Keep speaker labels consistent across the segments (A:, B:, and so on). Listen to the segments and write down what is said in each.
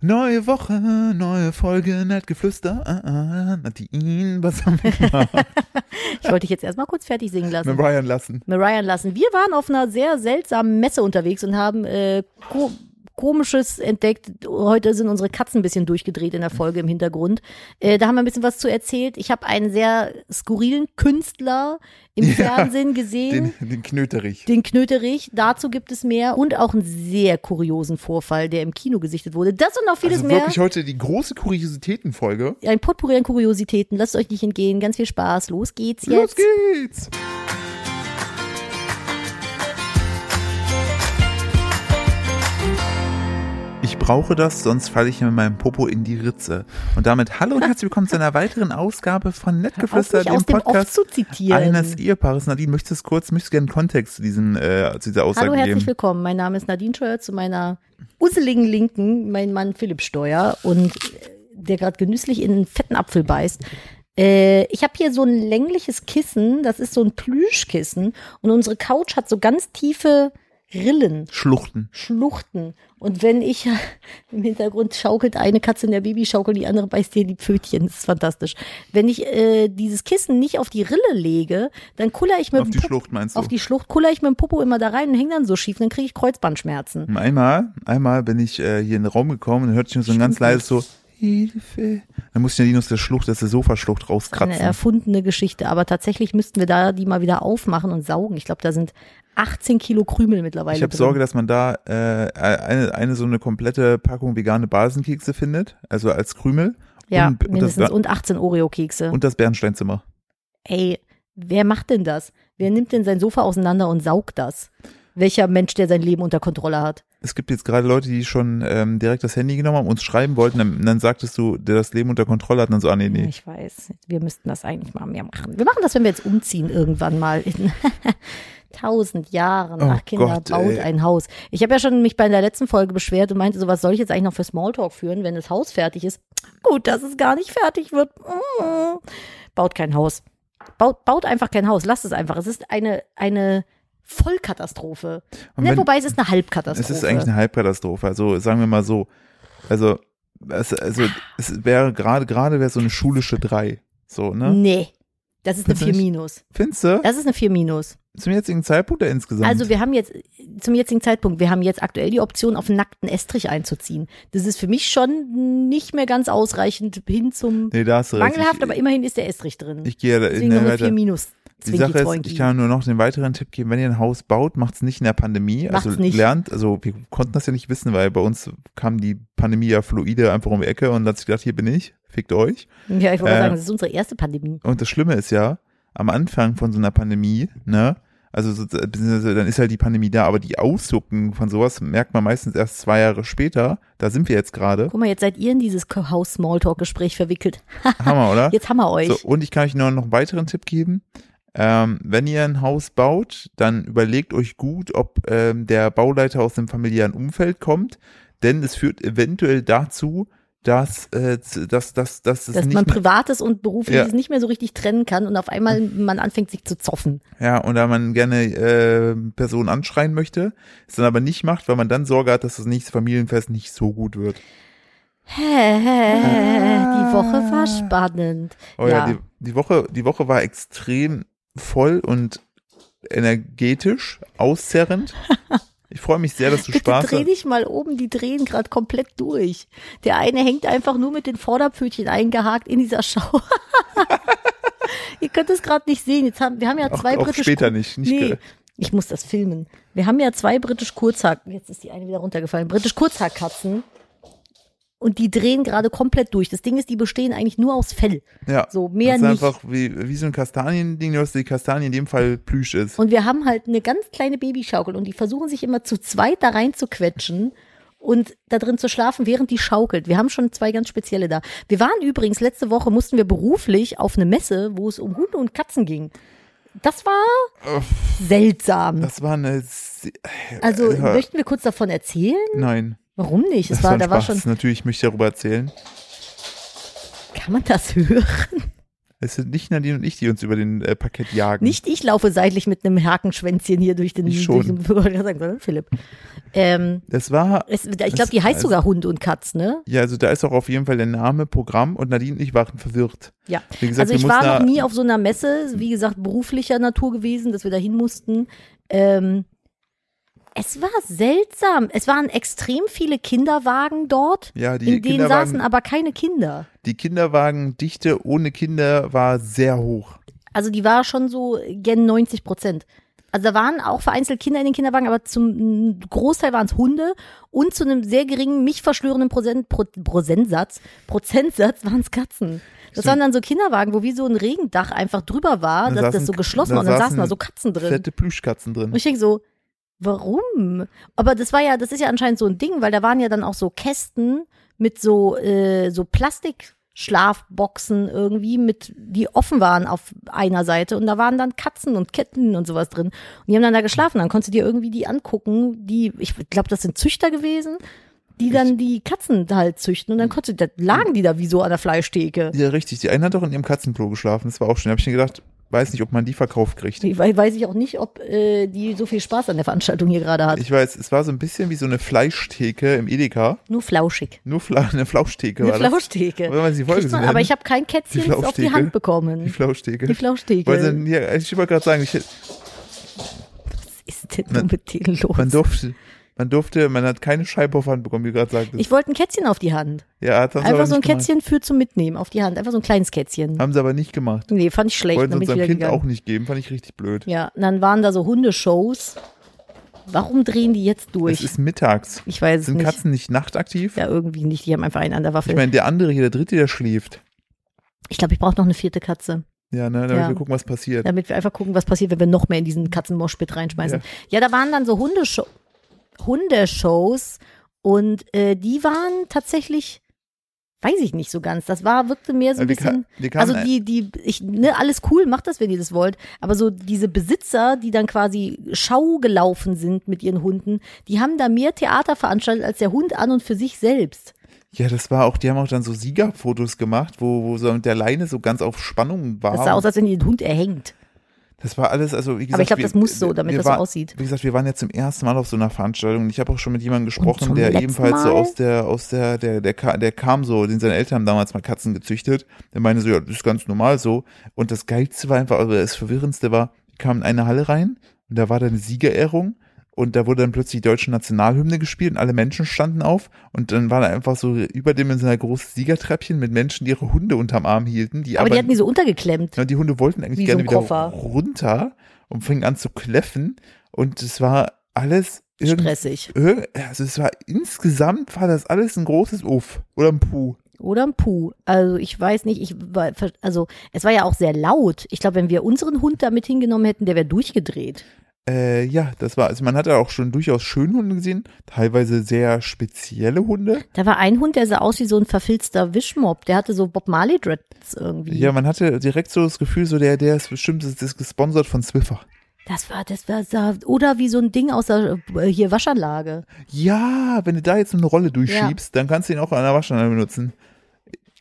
A: Neue Woche, neue Folge, Nettgeflüster. Ah, ah, Nadine, was haben wir gemacht?
B: Ich wollte dich jetzt erstmal kurz fertig singen
A: Mit
B: lassen.
A: Brian lassen.
B: Marian lassen. Wir waren auf einer sehr seltsamen Messe unterwegs und haben äh, ko komisches entdeckt. Heute sind unsere Katzen ein bisschen durchgedreht in der Folge im Hintergrund. Äh, da haben wir ein bisschen was zu erzählt. Ich habe einen sehr skurrilen Künstler im
A: Ja,
B: Fernsehen gesehen.
A: Den, den Knöterich.
B: Den Knöterich, dazu gibt es mehr und auch einen sehr kuriosen Vorfall, der im Kino gesichtet wurde. Das und noch vieles
A: Also
B: mehr.
A: wirklich heute die große Kuriositätenfolge.
B: Ein Potpourri an Kuriositäten, lasst euch nicht entgehen, ganz viel Spaß, los geht's
A: Los
B: jetzt.
A: geht's! Ich brauche das, sonst falle ich mit meinem Popo in die Ritze. Und damit hallo und herzlich willkommen zu einer weiteren Ausgabe von
B: Auf
A: Nettgeflüster,
B: mich aus
A: dem
B: dem Off
A: Podcast
B: zu zitieren.
A: eines Ehepaares. Nadine, möchtest du kurz, möchtest du gerne Kontext zu, diesen, äh, zu dieser Aussage
B: Hallo, herzlich
A: geben?
B: willkommen. Mein Name ist Nadine Scheuer zu meiner usseligen Linken, mein Mann Philipp Steuer und äh, der gerade genüsslich in einen fetten Apfel beißt. Äh, Ich habe hier so ein längliches Kissen, das ist so ein Plüschkissen und unsere Couch hat so ganz tiefe Rillen.
A: Schluchten.
B: Schluchten. Und wenn ich im Hintergrund schaukelt eine Katze in der Babyschaukel, die andere beißt dir die Pfötchen. Das ist fantastisch. Wenn ich äh, dieses Kissen nicht auf die Rille lege, dann kuller ich mit
A: Auf
B: dem
A: die
B: Pop-
A: Schlucht meinst du?
B: Auf die Schlucht kuller ich mit dem Popo immer da rein und häng dann so schief, dann kriege ich Kreuzbandschmerzen.
A: Hm, Einmal, einmal bin ich äh, hier in den Raum gekommen und hörte ich nur so ein ganz leises so Hilfe. Dann musste ich Nadine aus der Schlucht, aus der Sofaschlucht
B: Eine
A: rauskratzen.
B: erfundene Geschichte. Aber tatsächlich müssten wir da die mal wieder aufmachen und saugen. Ich glaube, da sind 18 Kilo Krümel mittlerweile.
A: Ich habe
B: drin.
A: Sorge, dass man da äh, eine, eine so eine komplette Packung vegane Basenkekse findet, also als Krümel.
B: Ja,
A: und, und, das,
B: mindestens.
A: Ber-
B: Und 18 Oreo-Kekse.
A: und das Bernsteinzimmer.
B: ey, wer macht denn das? Wer nimmt denn sein Sofa auseinander und saugt das? Welcher Mensch, der sein Leben unter Kontrolle hat?
A: Es gibt jetzt gerade Leute, die schon ähm, direkt das Handy genommen haben, uns schreiben wollten, dann, dann sagtest du, der das Leben unter Kontrolle hat, und dann so, ah nee, nee.
B: Ich weiß, wir müssten das eigentlich mal mehr machen. Wir machen das, wenn wir jetzt umziehen, irgendwann mal in tausend Jahren.
A: Oh
B: Ach, Kinder,
A: Gott,
B: baut
A: ey.
B: ein Haus. Ich habe ja schon mich bei der letzten Folge beschwert und meinte, so was soll ich jetzt eigentlich noch für Smalltalk führen, wenn das Haus fertig ist? Gut, dass es gar nicht fertig wird. Mm. Baut kein Haus. Baut, baut einfach kein Haus. Lasst es einfach. Es ist eine, eine Vollkatastrophe.
A: Und
B: Ne,
A: wenn-
B: wobei es ist eine
A: Es
B: Halbkatastrophe.
A: ist eigentlich eine Halbkatastrophe. Also sagen wir mal so. Also es, also, es wäre gerade gerade wäre so eine schulische drei. So, ne?
B: Nee. Das ist eine
A: Findest du
B: 4
A: nicht?
B: Minus.
A: Findest du?
B: Das ist eine 4 Minus.
A: Zum jetzigen Zeitpunkt oder insgesamt?
B: Also wir haben jetzt, zum jetzigen Zeitpunkt, wir haben jetzt aktuell die Option, auf einen nackten Estrich einzuziehen. Das ist für mich schon nicht mehr ganz ausreichend hin zum
A: nee, da hast du recht.
B: mangelhaft,
A: ich,
B: aber immerhin ist der Estrich drin.
A: ich gehe ja da in
B: Deswegen noch
A: der
B: eine 4
A: weiter.
B: Minus.
A: Die Sache ist,
B: Zwinki-Zwinki.
A: ich kann nur noch den weiteren Tipp geben, wenn ihr ein Haus baut, macht es nicht in der Pandemie.
B: Macht's
A: also
B: nicht.
A: lernt, also wir konnten das ja nicht wissen, weil bei uns kam die Pandemie ja fluide einfach um die Ecke und dann hat sich gedacht, hier bin ich, fickt euch.
B: Ja, ich wollte
A: äh,
B: sagen, das ist unsere erste Pandemie.
A: Und das Schlimme ist ja, am Anfang von so einer Pandemie, ne, also so, beziehungsweise dann ist halt die Pandemie da, aber die Auswirkungen von sowas merkt man meistens erst zwei Jahre später. Da sind wir jetzt gerade.
B: Guck mal, jetzt seid ihr in dieses Haus-Smalltalk-Gespräch verwickelt.
A: Hammer, oder?
B: Jetzt haben wir euch.
A: so, und ich kann euch nur noch einen weiteren Tipp geben. Ähm, wenn ihr ein Haus baut, dann überlegt euch gut, ob ähm, der Bauleiter aus dem familiären Umfeld kommt, denn es führt eventuell dazu, dass, äh, z- dass, dass, dass es
B: dass
A: nicht
B: man
A: mehr-
B: Privates und Berufliches
A: Ja. Hm.
B: nicht mehr so richtig trennen kann und auf einmal man anfängt, sich zu zoffen.
A: Ja, und da man gerne äh, Personen anschreien möchte, es dann aber nicht macht, weil man dann Sorge hat, dass das nächste Familienfest nicht so gut wird.
B: Die Woche war spannend.
A: Ah. Oh ja,
B: ja,
A: die, die, Woche, die Woche war extrem voll und energetisch, auszerrend. Ich freue mich sehr, dass du
B: Bitte
A: Spaß
B: dreh
A: hast.
B: dich mal oben, die drehen gerade komplett durch. Der eine hängt einfach nur mit den Vorderpfötchen eingehakt in dieser Schau. Ihr könnt es gerade nicht sehen. Jetzt haben, wir haben ja
A: Auch,
B: zwei
A: auch
B: britisch
A: später nicht. nicht
B: nee,
A: ge-
B: ich muss das filmen. Wir haben ja zwei britisch Kurzhaar. Jetzt ist die eine wieder runtergefallen. Britisch Kurzhaarkatzen. Und die drehen gerade komplett durch. Das Ding ist, die bestehen eigentlich nur aus Fell.
A: ja,
B: so, mehr
A: das ist
B: nicht.
A: einfach wie, wie so ein Kastaniending, nur dass die Kastanie in dem Fall plüsch ist.
B: Und wir haben halt eine ganz kleine Babyschaukel und die versuchen sich immer zu zweit da rein zu quetschen und da drin zu schlafen, während die schaukelt. Wir haben schon zwei ganz spezielle da. Wir waren übrigens, letzte Woche mussten wir beruflich auf eine Messe, wo es um Hunde und Katzen ging. Das war seltsam.
A: das war eine. se-
B: Also
A: äh,
B: möchten wir kurz davon erzählen?
A: nein,
B: Warum nicht? Es
A: das
B: war,
A: war,
B: da
A: ein
B: war
A: Spaß.
B: schon,
A: Natürlich möchte ich darüber erzählen.
B: kann man das hören?
A: Es sind nicht Nadine und ich, die uns über den äh, Parkett jagen.
B: Nicht ich laufe seitlich mit einem Hakenschwänzchen hier durch den,
A: Ich schon.
B: durch den wollte ich sagen, sondern Philipp. Ähm,
A: Das war,
B: es, ich
A: Das-
B: glaube, die heißt
A: also-
B: sogar Hund und Katz, ne?
A: ja, also da ist auch auf jeden Fall der Name Programm und Nadine und ich waren verwirrt.
B: Ja.
A: Wie gesagt,
B: also
A: wir
B: ich war
A: mussten da-
B: noch nie auf so einer Messe, wie gesagt, beruflicher Natur gewesen, dass wir da hin mussten. Ähm, es war seltsam. Es waren extrem viele Kinderwagen dort,
A: Ja, die
B: in denen
A: Kinderwagen-
B: saßen aber keine Kinder.
A: Die Kinderwagendichte ohne Kinder war sehr hoch.
B: Also die war schon so gen 90 Prozent. Also da waren auch vereinzelt Kinder in den Kinderwagen, aber zum Großteil waren es Hunde und zu einem sehr geringen, mich verschlörenden Prozent, Pro, Prozentsatz, Prozentsatz waren es Katzen. Das
A: Stimmt.
B: waren dann so Kinderwagen, wo wie so ein Regendach einfach drüber war, dass das
A: saßen-
B: so geschlossen war und dann saßen da so Katzen drin.
A: Fette Plüschkatzen drin.
B: Und ich denke so, warum? Aber das war ja, das ist ja anscheinend so ein Ding, weil da waren ja dann auch so Kästen mit so, äh, so Plastikschlafboxen irgendwie, mit, die offen waren auf einer Seite und da waren dann Katzen und Ketten und sowas drin. Und die haben dann da geschlafen. Dann konntest du dir irgendwie die angucken, die, ich glaube, das sind Züchter gewesen, die dann die Katzen halt züchten und dann konntest du, da lagen die da wie so an der Fleischtheke.
A: Hm. Ja, richtig. Die eine hat doch in ihrem Katzenklo geschlafen. Das war auch schön. Da habe ich mir gedacht, weiß nicht, ob man die verkauft kriegt.
B: Ich wei- weiß ich auch nicht, ob äh, die so viel Spaß an der Veranstaltung hier gerade hat.
A: Ich weiß, es war so ein bisschen wie so eine Fleischtheke im Edeka.
B: Nur flauschig.
A: Nur Fla eine Flauschtheke
B: Eine
A: war das.
B: Flauschtheke.
A: Wenn man sie Folge
B: Kriegt
A: so
B: man,
A: nennt.
B: aber ich habe kein Kätzchen
A: Die
B: auf die
A: Flauschtheke.
B: Hand
A: Die
B: bekommen.
A: Flauschtheke.
B: Die Flauschtheke.
A: Weil sie- ja, ich wollte gerade sagen, ich, hätte-
B: Was ist denn nur mit denen los?
A: man durfte, man durfte, man hat keine Scheibe auf Hand bekommen, wie du gerade sagtest.
B: ich wollte ein Kätzchen auf die Hand.
A: ja, hat das aber
B: Einfach so ein
A: nicht
B: Kätzchen für zum Mitnehmen auf die Hand. Einfach so ein kleines Kätzchen.
A: Gemacht. Haben sie aber nicht gemacht.
B: Nee, fand ich schlecht.
A: Wollten sie
B: Dann bin ich
A: unserem
B: wieder
A: Kind
B: gegangen.
A: auch nicht geben, fand ich richtig blöd.
B: Ja, und dann waren da so Hundeshows. Warum drehen die jetzt
A: es
B: durch?
A: ist mittags.
B: ich weiß es
A: Sind
B: nicht.
A: Katzen nicht nachtaktiv?
B: Ja, irgendwie nicht. Die haben einfach einen an der Waffe.
A: Ich meine, der andere hier, der dritte, der schläft.
B: ich glaube, ich brauche noch eine vierte Katze.
A: Ja, ne, damit
B: Ja.
A: wir gucken, was passiert.
B: Damit wir einfach gucken, was passiert, wenn wir noch mehr in diesen Katzenmoschpit reinschmeißen. Ja. da waren dann so Hundeshow Hundeshows und äh, die waren tatsächlich, weiß ich nicht so ganz. Das war, wirkte mehr so ein
A: Wir ka-
B: bisschen.
A: wir kamen
B: Also die, die, ich, ne, alles cool, macht das, wenn ihr das wollt. Aber so diese Besitzer, die dann quasi Schau gelaufen sind mit ihren Hunden, die haben da mehr Theater veranstaltet als der Hund an und für sich selbst.
A: Ja, das war auch, die haben auch dann so Siegerfotos gemacht, wo, wo so mit der Leine so ganz auf Spannung war.
B: Das sah aus, als wenn ihr den Hund erhängt.
A: Das war alles, also wie gesagt.
B: Aber ich glaub,
A: wir-
B: das muss so, damit
A: wir
B: das so
A: war-
B: aussieht.
A: Wie gesagt, wir waren ja zum ersten Mal auf so einer Veranstaltung und ich habe auch schon mit jemandem gesprochen,
B: zum
A: der
B: letzten
A: ebenfalls so
B: Mal?
A: aus der, aus der, der, der, ka- der kam so, den seine Eltern haben damals mal Katzen gezüchtet. Der meinte so, ja, das ist ganz normal so. Und das Geilste war einfach, oder das Verwirrendste war, wir kamen in eine Halle rein und da war dann eine Siegerehrung. Und da wurde dann plötzlich die deutsche Nationalhymne gespielt und alle Menschen standen auf. Und dann war da einfach so überdimensional großes Siegertreppchen mit Menschen, die ihre Hunde unterm Arm hielten. Die
B: Aber,
A: aber,
B: die hatten die so untergeklemmt.
A: ja, Genau, die Hunde wollten eigentlich
B: Wie so
A: gerne
B: ein
A: wieder
B: Koffer.
A: runter und fingen an zu kläffen. Und es war alles irgendwie.
B: Stressig.
A: Also es war insgesamt war das alles ein großes Uff oder ein Puh.
B: Oder ein Puh. Also ich weiß nicht, ich war, also es war ja auch sehr laut. Ich glaube, wenn wir unseren Hund damit hingenommen hätten, der wäre durchgedreht.
A: Äh, ja, das war, also man hat ja auch schon durchaus schöne Hunde gesehen, teilweise sehr spezielle Hunde.
B: Da war ein Hund, der sah aus wie so ein verfilzter Wischmob. Der hatte so Bob Marley Dreads irgendwie.
A: Ja, man hatte direkt so das Gefühl, so der, der ist bestimmt, das ist gesponsert von Swiffer.
B: Das war, das war, sah, oder wie so ein Ding aus der äh, hier Waschanlage.
A: Ja, wenn du da jetzt so eine Rolle durchschiebst, dann kannst du ihn auch an der Waschanlage benutzen.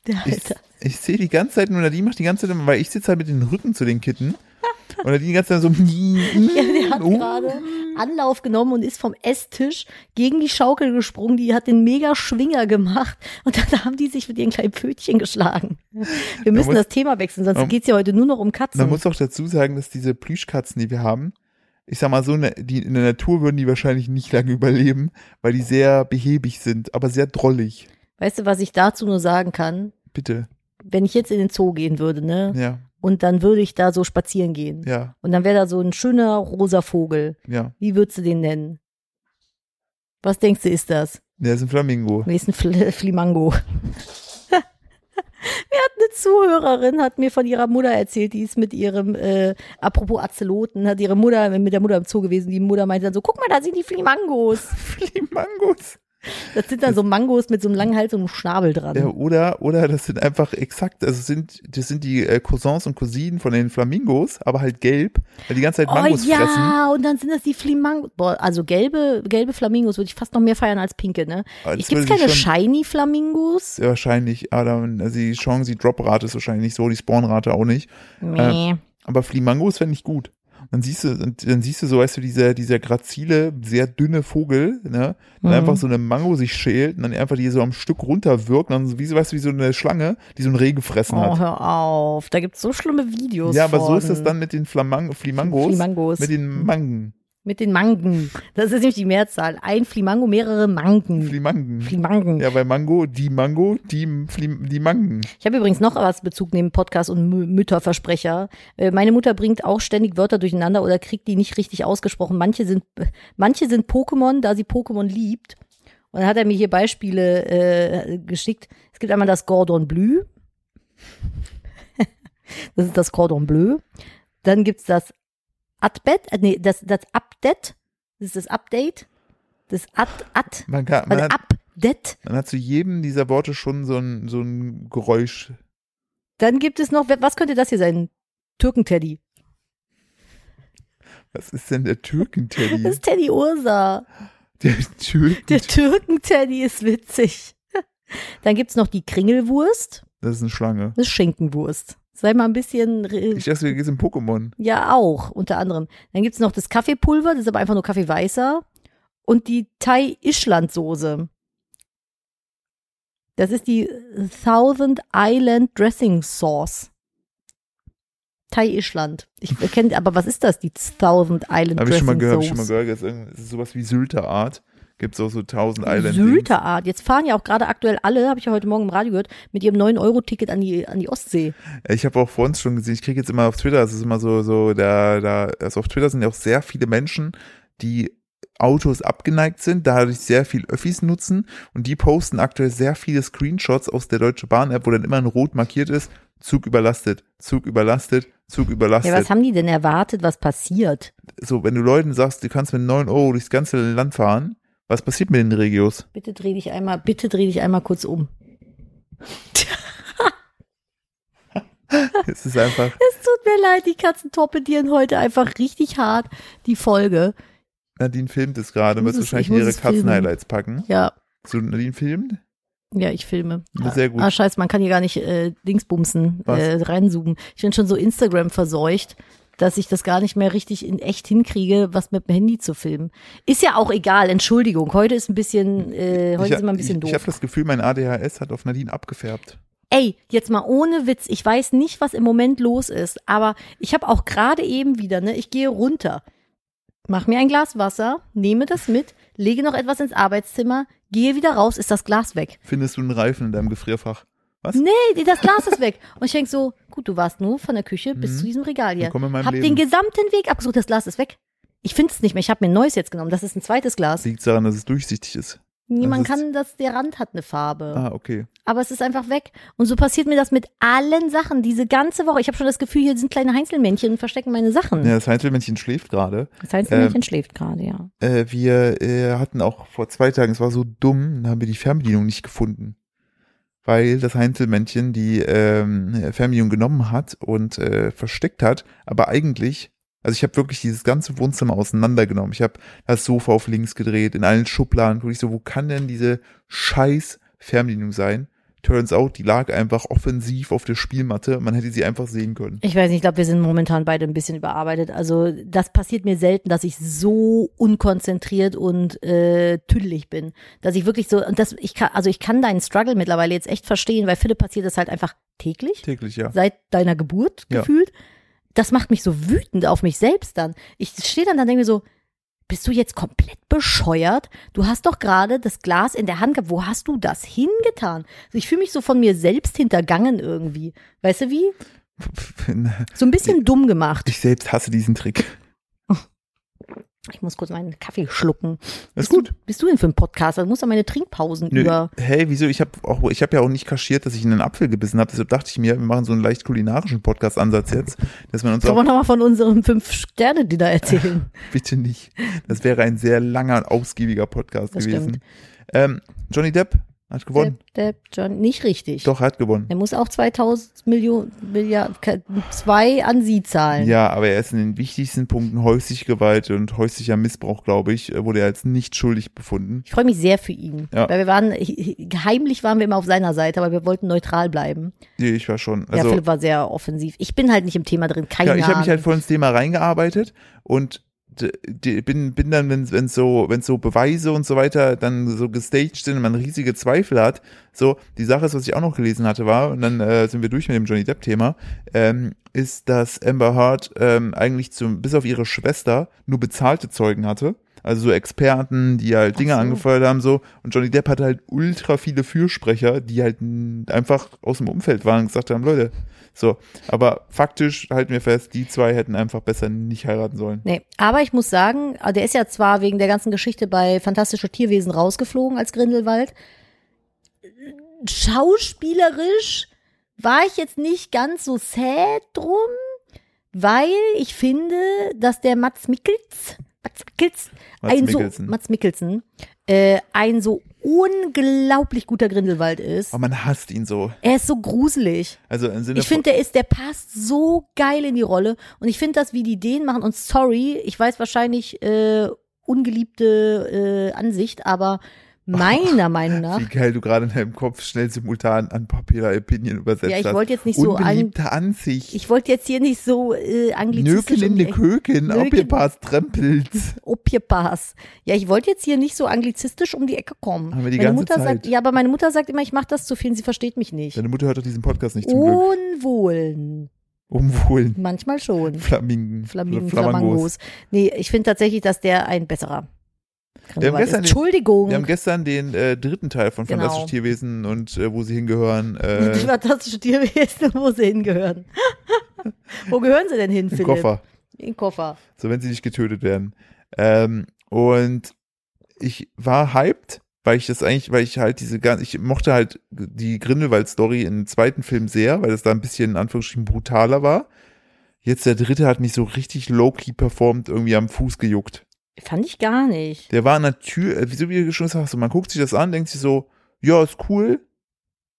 B: Der
A: Ich,
B: Alter.
A: ich sehe die ganze Zeit nur, Nadine macht die ganze Zeit, immer, weil ich sitze halt mit dem Rücken zu den Kitten. Und Nadine die ganze Zeit so.
B: Ja, der hat
A: oh.
B: gerade Anlauf genommen und ist vom Esstisch gegen die Schaukel gesprungen. Die hat den mega Schwinger gemacht und dann haben die sich mit ihren kleinen Pfötchen geschlagen. Wir müssen
A: muss-
B: das Thema wechseln, sonst
A: man-
B: geht's ja heute nur noch um Katzen.
A: Man muss auch dazu sagen, dass diese Plüschkatzen, die wir haben, ich sag mal so, ne- die in der Natur würden die wahrscheinlich nicht lange überleben, weil die sehr behäbig sind, aber sehr drollig.
B: Weißt du, was ich dazu nur sagen kann?
A: Bitte.
B: Wenn ich jetzt in den Zoo gehen würde, ne?
A: Ja,
B: Und dann würde ich da so spazieren gehen.
A: ja,
B: Und dann wäre da so ein schöner rosa Vogel.
A: ja.
B: Wie würdest du den nennen? Was denkst du, ist das?
A: Der ist ein Flamingo.
B: Nee, ist ein Fl Flimango. Mir hat eine Zuhörerin, hat mir von ihrer Mutter erzählt, die ist mit ihrem, äh, apropos Azeloten, hat ihre Mutter, mit der Mutter im Zoo gewesen, die Mutter meinte dann so, guck mal, da sind die Flimangos.
A: Flimangos.
B: Das sind dann so Mangos mit so einem langen Hals und einem Schnabel dran.
A: Ja, oder, oder das sind einfach exakt, also sind, das sind die äh, Cousins und Cousinen von den Flamingos, aber halt gelb, weil die ganze Zeit
B: oh
A: Mangos fressen.
B: ja, und dann sind das die Flamingos. Boah, also gelbe, gelbe Flamingos würde ich fast noch mehr feiern als pinke, ne?
A: Aber Ah, das
B: Ich
A: würde
B: gibt's
A: ich
B: keine
A: schon- Äh,
B: shiny Flamingos?
A: Ja, wahrscheinlich, aber dann, also die Chance, die Droprate ist wahrscheinlich nicht so, die Spawnrate auch nicht.
B: Nee.
A: Aber Flamingos fände ich gut. Dann siehst du, und dann siehst du so, weißt du, dieser, dieser grazile, sehr dünne Vogel, ne, der
B: Mhm.
A: einfach so eine Mango sich schält und dann einfach die so am Stück runterwirkt und dann so, wie, so- weißt du, wie so eine Schlange, die so einen Reh gefressen
B: Oh,
A: hat.
B: hör auf. Da gibt's so schlimme Videos.
A: Ja, aber so
B: von.
A: ist das dann mit den Flamang Flamingos,
B: Flamingos.
A: mit den Mangen,
B: Mit den Mangen. Das ist nämlich die Mehrzahl. Ein Flamingo, mehrere Mangen.
A: Flimangen.
B: Flamingo.
A: Ja, bei Mango, die Mango, die, Flim die Mangen.
B: Ich habe übrigens noch was Bezug neben Podcast und Mü- Mütterversprecher. Äh, Meine Mutter bringt auch ständig Wörter durcheinander oder kriegt die nicht richtig ausgesprochen. Manche sind, manche sind Pokémon, da sie Pokémon liebt. Und dann hat er mir hier Beispiele äh, geschickt. Es gibt einmal das Gordon Bleu. Das ist das Cordon Bleu. Dann gibt's das Adbet, äh, nee, das, das Update. Das ist das Update. Das Ad, Ad,
A: Man, kann, man,
B: also
A: hat,
B: Update.
A: man hat zu jedem dieser Worte schon so ein, so ein Geräusch.
B: Dann gibt es noch, was könnte das hier sein? Türkenteddy.
A: Was ist denn der Türkenteddy?
B: Das ist Teddy Ursa.
A: der Türken
B: Der Türken-Teddy ist witzig. Dann gibt's noch die Kringelwurst.
A: Das ist eine Schlange.
B: Das ist Schinkenwurst. Sei mal ein bisschen. re-
A: Ich dachte, wir gehen in Pokémon.
B: Ja, auch, unter anderem. Dann gibt's noch das Kaffeepulver, das ist aber einfach nur Kaffee weißer. Und die Thai-Ischland-Soße. Das ist die Thousand Island Dressing Sauce. Thai-Ischland. Ich kenne, aber was ist das, die Thousand Island
A: Habe ich schon mal
B: Dressing
A: gehört, habe ich schon mal
B: Sauce?
A: gehört. Das ist irgend- das ist sowas wie Sylter-Art. Gibt es auch so 1000 Island.
B: Sylterart. Jetzt fahren ja auch gerade aktuell alle, habe ich ja heute Morgen im Radio gehört, mit ihrem 9-Euro-Ticket an die, an die Ostsee.
A: Ich habe auch vor uns schon gesehen, ich kriege jetzt immer auf Twitter, es ist immer so, so, da, da, also auf Twitter sind ja auch sehr viele Menschen, die Autos abgeneigt sind, dadurch sehr viel Öffis nutzen und die posten aktuell sehr viele Screenshots aus der Deutsche Bahn-App, wo dann immer in Rot markiert ist, Zug überlastet, Zug überlastet, Zug
B: Ja,
A: überlastet.
B: was haben die denn erwartet, was passiert?
A: so, wenn du Leuten sagst, du kannst mit 9 Euro durchs ganze Land fahren, was passiert mit den Regios?
B: Bitte dreh dich einmal, bitte dreh dich einmal kurz um.
A: Es ist einfach,
B: Es tut mir leid, die Katzen torpedieren heute einfach richtig hart die Folge.
A: Nadine filmt es gerade,
B: Ich muss
A: wird
B: es-
A: wahrscheinlich
B: ich muss
A: ihre
B: es filmen.
A: Katzen-Highlights packen.
B: Ja,
A: So, Nadine filmt?
B: ja, ich filme.
A: Ja, sehr gut.
B: Ah, scheiße, man kann hier gar nicht äh, Dingsbumsen
A: Was?
B: äh, reinzoomen. Ich bin schon so Instagram verseucht, dass ich das gar nicht mehr richtig in echt hinkriege, was mit dem Handy zu filmen. Ist ja auch egal, Entschuldigung. Heute ist ein bisschen, äh, heute
A: ich,
B: sind wir ein bisschen
A: ich,
B: doof.
A: Ich habe das Gefühl, mein ADHS hat auf Nadine abgefärbt.
B: Ey, jetzt mal ohne Witz, ich weiß nicht, was im Moment los ist, aber ich habe auch gerade eben wieder, ne, ich gehe runter, mach mir ein Glas Wasser, nehme das mit, lege noch etwas ins Arbeitszimmer, gehe wieder raus, ist das Glas weg.
A: Findest du einen Reifen in deinem Gefrierfach? Was?
B: Nee, das Glas ist weg. Und ich denk so, gut, du warst nur von der Küche bis
A: Mhm.
B: zu diesem Regal hier.
A: Willkommen in meinem
B: Hab
A: Leben.
B: den gesamten Weg abgesucht, das Glas ist weg. Ich finde es nicht mehr, ich habe mir ein neues jetzt genommen, das ist ein zweites Glas.
A: Liegt daran, dass es durchsichtig ist.
B: Niemand
A: das ist-
B: kann das, der Rand hat eine Farbe.
A: Ah, okay.
B: aber es ist einfach weg. Und so passiert mir das mit allen Sachen diese ganze Woche. Ich habe schon das Gefühl, hier sind kleine Heinzelmännchen und verstecken meine Sachen.
A: Ja, das Heinzelmännchen schläft gerade.
B: Das Heinzelmännchen schläft gerade, ja.
A: Äh, wir äh, hatten auch vor zwei Tagen, es war so dumm, dann haben wir die Fernbedienung nicht gefunden. Weil das Heinzelmännchen die ähm, Fernbedienung genommen hat und äh, versteckt hat, aber eigentlich, also ich habe wirklich dieses ganze Wohnzimmer auseinandergenommen. Ich habe das Sofa auf links gedreht, in allen Schubladen, guck ich so, wo kann denn diese scheiß Fernbedienung sein? Turns out, die lag einfach offensiv auf der Spielmatte, man hätte sie einfach sehen können.
B: Ich weiß nicht, ich glaube, wir sind momentan beide ein bisschen überarbeitet. Also das passiert mir selten, dass ich so unkonzentriert und äh, tüdelig bin, dass ich wirklich so und das ich kann also ich kann deinen Struggle mittlerweile jetzt echt verstehen, weil Philipp passiert das halt einfach täglich.
A: Täglich, ja.
B: seit deiner Geburt
A: Ja.
B: gefühlt. Das macht mich so wütend auf mich selbst dann. Ich stehe dann da und denke mir so, bist du jetzt komplett bescheuert? Du hast doch gerade das Glas in der Hand gehabt. Wo hast du das hingetan? Also ich fühle mich so von mir selbst hintergangen irgendwie. Weißt du wie? So ein bisschen dumm gemacht.
A: Ich selbst hasse diesen Trick.
B: Ich muss kurz meinen Kaffee schlucken.
A: Ist
B: Bist du-
A: gut.
B: Bist du denn für ein Podcast? Du musst doch meine Trinkpausen
A: Nö,
B: über.
A: hey, wieso? Ich habe auch, ich habe ja auch nicht kaschiert, dass ich in einen Apfel gebissen habe. Deshalb dachte ich mir, wir machen so einen leicht kulinarischen Podcast-Ansatz jetzt, dass man uns
B: Sollen
A: auch
B: wir nochmal von unserem Fünf-Sterne-Dinner erzählen?
A: bitte nicht. Das wäre ein sehr langer und ausgiebiger Podcast
B: Das
A: gewesen. Ähm, Johnny Depp hat gewonnen.
B: Depp, Depp, John, nicht richtig.
A: Doch, hat gewonnen.
B: Er muss auch 2000 Millionen, Milliarden, zwei an sie zahlen.
A: Ja, aber er ist in den wichtigsten Punkten häusliche Gewalt und häuslicher Missbrauch, glaube ich, wurde er als nicht schuldig befunden.
B: Ich freue mich sehr für ihn.
A: Ja.
B: Weil wir waren, heimlich waren wir immer auf seiner Seite, aber wir wollten neutral bleiben.
A: Nee, ich war schon.
B: Ja,
A: Also,
B: Philipp war sehr offensiv. Ich bin halt nicht im Thema drin, keine
A: ja, ich habe
B: Ahnung.
A: mich halt voll ins Thema reingearbeitet und d- d- bin, bin dann, wenn wenn so, wenn so Beweise und so weiter dann so gestaged sind und man riesige Zweifel hat, so die Sache ist, was ich auch noch gelesen hatte, war und dann äh, sind wir durch mit dem Johnny Depp Thema, ähm, ist, dass Amber Heard ähm, eigentlich zum bis auf ihre Schwester nur bezahlte Zeugen hatte. Also so Experten, die halt Dinge
B: so.
A: angefeuert haben, so. Und Johnny Depp hatte halt ultra viele Fürsprecher, die halt n- einfach aus dem Umfeld waren und gesagt haben, Leute, so. Aber faktisch halten wir fest, die zwei hätten einfach besser nicht heiraten sollen.
B: Nee, aber ich muss sagen, ah, der ist ja zwar wegen der ganzen Geschichte bei Fantastische Tierwesen rausgeflogen als Grindelwald. Schauspielerisch war ich jetzt nicht ganz so sad drum, weil ich finde, dass der Mats Mikkels, Mats Mikkels,
A: Mats
B: ein
A: Mikkelsen.
B: so, Mats Mikkelsen, äh, ein so unglaublich guter Grindelwald ist.
A: Aber Oh, man hasst ihn so.
B: Er ist so gruselig.
A: Also im Sinne
B: Ich finde, der ist, der passt so geil in die Rolle. Und ich finde das, wie die den machen. Und sorry, ich weiß wahrscheinlich äh, ungeliebte äh, Ansicht, aber meiner Meinung nach.
A: von, wie geil du gerade in deinem Kopf schnell simultan an Popular Opinion übersetzt
B: Ja, ich
A: hast.
B: wollte jetzt nicht so an.
A: Unbeliebte Ansicht.
B: Ich wollte jetzt hier nicht so äh, anglizistisch.
A: Nökelinde
B: um-
A: Köken, ob ihr
B: Nöken-
A: Pass trempelt.
B: Ob hier pass. Ja, ich wollte jetzt hier nicht so anglizistisch um die Ecke kommen.
A: Haben wir die
B: meine
A: ganze
B: Mutter
A: Zeit.
B: sagt, ja, aber meine Mutter sagt immer, ich mache das zu viel, und sie versteht mich nicht.
A: Deine Mutter hört doch diesen Podcast nicht zum
B: Oh.
A: Glück.
B: Unwohlen.
A: Umwohlen.
B: Manchmal schon.
A: Flamingen.
B: Flaminen,
A: Flamangos.
B: Flamangos. Nee, ich finde tatsächlich, dass der ein besserer Grindelwald ist.
A: gestern den-
B: Entschuldigung.
A: Wir haben gestern den äh, dritten Teil von
B: Genau.
A: Fantastische Tierwesen und äh, wo sie hingehören.
B: Die
A: Äh,
B: fantastische Tierwesen, wo sie hingehören. wo gehören sie denn hin,
A: Im
B: Philipp?
A: Koffer.
B: In Koffer.
A: So, wenn sie nicht getötet werden. Ähm, und ich war hyped, weil ich das eigentlich, weil ich halt diese ganze, ich mochte halt die Grindelwald-Story im zweiten Film sehr, weil das da ein bisschen in Anführungsstrichen brutaler war. Jetzt der dritte hat mich so richtig low-key performt, irgendwie am Fuß gejuckt.
B: Fand ich gar nicht.
A: Der war an der Tür, äh, wieso wie du schon gesagt hast, so, man guckt sich das an, denkt sich so, ja, ist cool.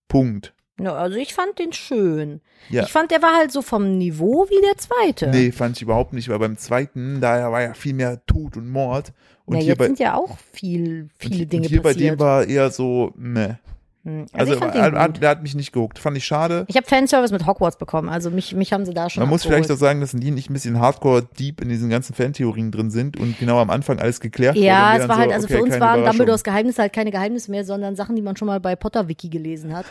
A: Punkt.
B: No, also ich fand den schön.
A: Ja.
B: Ich fand, der war halt so vom Niveau wie der zweite.
A: Nee, fand ich überhaupt nicht, weil beim zweiten, da war ja viel mehr Tod und Mord. Und
B: Na,
A: hier
B: jetzt
A: bei,
B: sind ja auch viel,
A: und
B: viele
A: hier-
B: Dinge
A: und hier bei
B: passiert.
A: dem war eher so, ne.
B: Hm.
A: Also,
B: also, ich fand
A: er-
B: den
A: er-
B: gut.
A: der hat mich nicht gehuckt. Fand ich schade.
B: Ich habe Fanservice mit Hogwarts bekommen, also mich, mich haben sie da schon
A: Man muss
B: abgeholt.
A: vielleicht auch sagen, dass die nicht ein bisschen hardcore deep in diesen ganzen Fantheorien drin sind und genau am Anfang alles geklärt wurde. und wir
B: Ja, es
A: dann
B: war halt,
A: so,
B: also
A: okay,
B: für uns
A: keine
B: waren
A: Überraschung.
B: Dumbledores Geheimnisse halt keine Geheimnisse mehr, sondern Sachen, die man schon mal bei Potter-Wiki gelesen hat.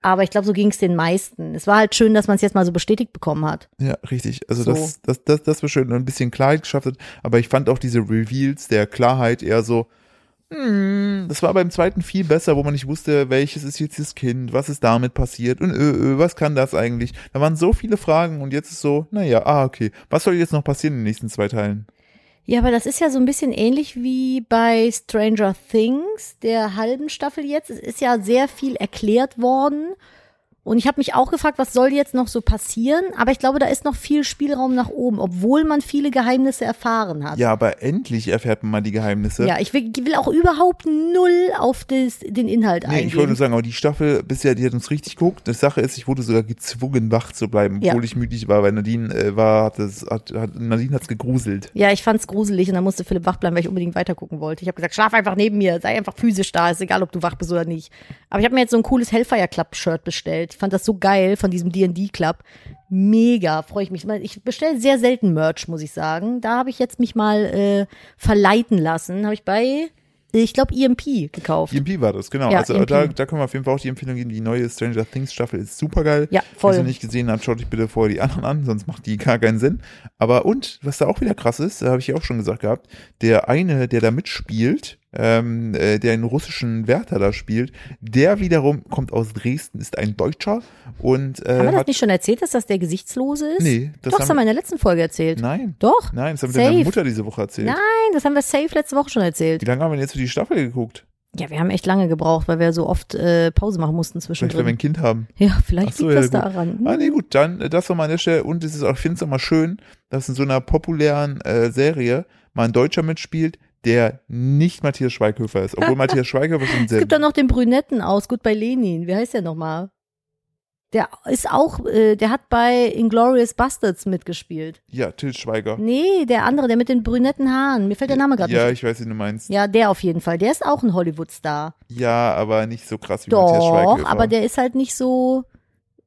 B: Aber ich glaube, so ging es den meisten. Es war halt schön, dass man es jetzt mal so bestätigt bekommen hat.
A: Ja, richtig. Also
B: So.
A: das, das, das, das war schön und ein bisschen Klarheit geschafft hat. Aber ich fand auch diese Reveals der Klarheit eher so, hm, das war beim zweiten viel besser, wo man nicht wusste, welches ist jetzt das Kind, was ist damit passiert und ö, ö, was kann das eigentlich? Da waren so viele Fragen und jetzt ist so, naja, ah, okay. Was soll jetzt noch passieren in den nächsten zwei Teilen?
B: Ja, aber das ist ja so ein bisschen ähnlich wie bei Stranger Things, der halben Staffel jetzt. Es ist ja sehr viel erklärt worden. Und ich habe mich auch gefragt, was soll jetzt noch so passieren? Aber ich glaube, da ist noch viel Spielraum nach oben, obwohl man viele Geheimnisse erfahren hat.
A: Ja, aber endlich erfährt man mal die Geheimnisse.
B: Ja, ich will, will auch überhaupt null auf das, den Inhalt
A: Nee,
B: eingehen.
A: ich wollte nur sagen, aber die Staffel bisher, die hat uns richtig geguckt. Die Sache ist, ich wurde sogar gezwungen, wach zu bleiben,
B: Ja.
A: obwohl ich müde war, weil Nadine äh, war, hat es, hat, hat, Nadine hat's gegruselt.
B: Ja, ich fand's gruselig und dann musste Philipp wach bleiben, weil ich unbedingt weitergucken wollte. Ich habe gesagt, schlaf einfach neben mir, sei einfach physisch da, ist egal, ob du wach bist oder nicht. Aber ich habe mir jetzt so ein cooles Hellfire Club Shirt bestellt. Ich fand das so geil von diesem D&D Club. Mega, freue ich mich. Ich meine, Ich bestelle sehr selten Merch, muss ich sagen. Da habe ich jetzt mich mal äh, verleiten lassen, habe ich bei ich glaube EMP gekauft.
A: EMP war das, genau.
B: Ja, E
A: also
B: EMP.
A: da, da können wir auf jeden Fall auch die Empfehlung geben. Die neue Stranger Things Staffel ist super geil.
B: Ja, voll.
A: Wenn ihr nicht gesehen habt, schaut euch bitte vorher die anderen an, sonst macht die gar keinen Sinn. Aber und, was da auch wieder krass ist, habe ich ja auch schon gesagt gehabt, der eine, der da mitspielt, ähm, äh, der einen russischen Wärter da spielt, der wiederum kommt aus Dresden, ist ein Deutscher und äh,
B: haben wir das
A: hat
B: nicht schon erzählt, dass das der Gesichtslose ist?
A: Nee, das
B: Doch, das
A: haben
B: haben wir in der letzten Folge erzählt.
A: Nein.
B: Doch?
A: Nein, das haben wir
B: Safe.
A: deiner Mutter diese Woche erzählt.
B: Nein, das haben wir safe letzte Woche schon erzählt.
A: Wie lange haben wir denn jetzt für die Staffel geguckt?
B: Ja, wir haben echt lange gebraucht, weil wir so oft äh, Pause machen mussten
A: Vielleicht, wenn wir
B: zwischendrin.
A: ein Kind haben.
B: Ja, vielleicht
A: Ach so,
B: liegt das
A: ja, gut.
B: daran. Hm.
A: Ah, nee, gut, dann, äh, das war mal an der Stelle. Und es ist auch, ich finde es auch mal schön, dass in so einer populären äh, Serie mal ein Deutscher mitspielt, der nicht Matthias Schweighöfer ist. Obwohl Matthias Schweighöfer schon
B: Es
A: sehr.
B: gibt doch noch den Brünetten aus, gut bei Lenin. Wie heißt der nochmal? Der ist auch, äh, der hat bei Inglorious Bastards mitgespielt.
A: Ja, Til Schweiger.
B: Nee, der andere, der mit den brünetten Haaren. Mir fällt der Name gerade
A: Ja,
B: nicht.
A: ich weiß, wen du meinst.
B: Ja, der auf jeden Fall. Der ist auch ein Hollywood-Star.
A: Ja, aber nicht so krass wie Matthias
B: Doch,
A: Schweighöfer.
B: aber der ist halt nicht so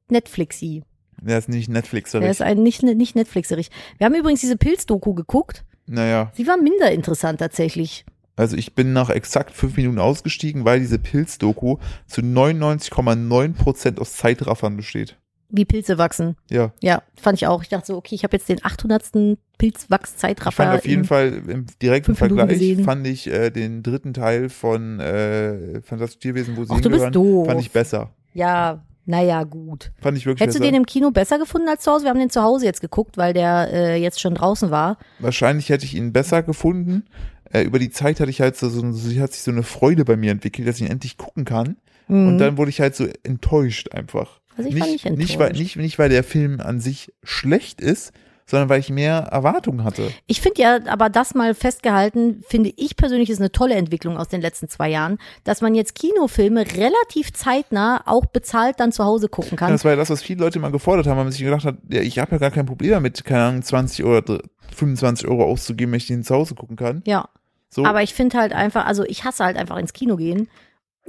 B: Netflixy.
A: der ist nicht
B: Der
A: Netflixerig.
B: ist ein nicht, nicht Netflixerig. Wir haben übrigens diese Pilz-Doku geguckt.
A: Naja,
B: Sie war minder interessant tatsächlich.
A: also ich bin nach exakt fünf Minuten ausgestiegen, weil diese Pilz-Doku zu 99,9% aus Zeitraffern besteht.
B: Wie Pilze wachsen.
A: Ja,
B: Ja, fand ich auch. Ich dachte so, okay, ich habe jetzt den 800.
A: ich fand
B: Pilzwachs-Zeitraffer.
A: auf jeden
B: in-
A: Fall im direkten
B: fünf Minuten
A: Vergleich
B: gesehen.
A: fand ich äh, den dritten Teil von äh, Fantastische Tierwesen, wo sie
B: Ach, du bist
A: hingehören,
B: doof.
A: fand ich besser.
B: Ja, naja, gut.
A: Fand ich wirklich
B: Hättest du
A: besser.
B: den im Kino besser gefunden als zu Hause? Wir haben den zu Hause jetzt geguckt, weil der äh, jetzt schon draußen war.
A: Wahrscheinlich hätte ich ihn besser gefunden. Äh, über die Zeit hatte ich halt so, so, so hat sich so eine Freude bei mir entwickelt, dass ich ihn endlich gucken kann. Und dann wurde ich halt so enttäuscht einfach.
B: Mhm. Also ich
A: nicht,
B: war nicht
A: Nicht weil,
B: enttäuscht.
A: nicht, nicht, weil der Film an sich schlecht ist, sondern weil ich mehr Erwartungen hatte.
B: Ich finde ja, aber das mal festgehalten, finde ich persönlich ist eine tolle Entwicklung aus den letzten zwei Jahren, dass man jetzt Kinofilme relativ zeitnah auch bezahlt dann zu Hause gucken
A: Ja,
B: kann.
A: Das war ja das, was viele Leute mal gefordert haben, weil man sich gedacht hat, ja, ich habe ja gar kein Problem damit, keine Ahnung, 20 oder dr- 25 Euro auszugeben, wenn ich den zu Hause gucken kann.
B: Ja,
A: So,
B: aber ich finde halt einfach, also ich hasse halt einfach ins Kino gehen.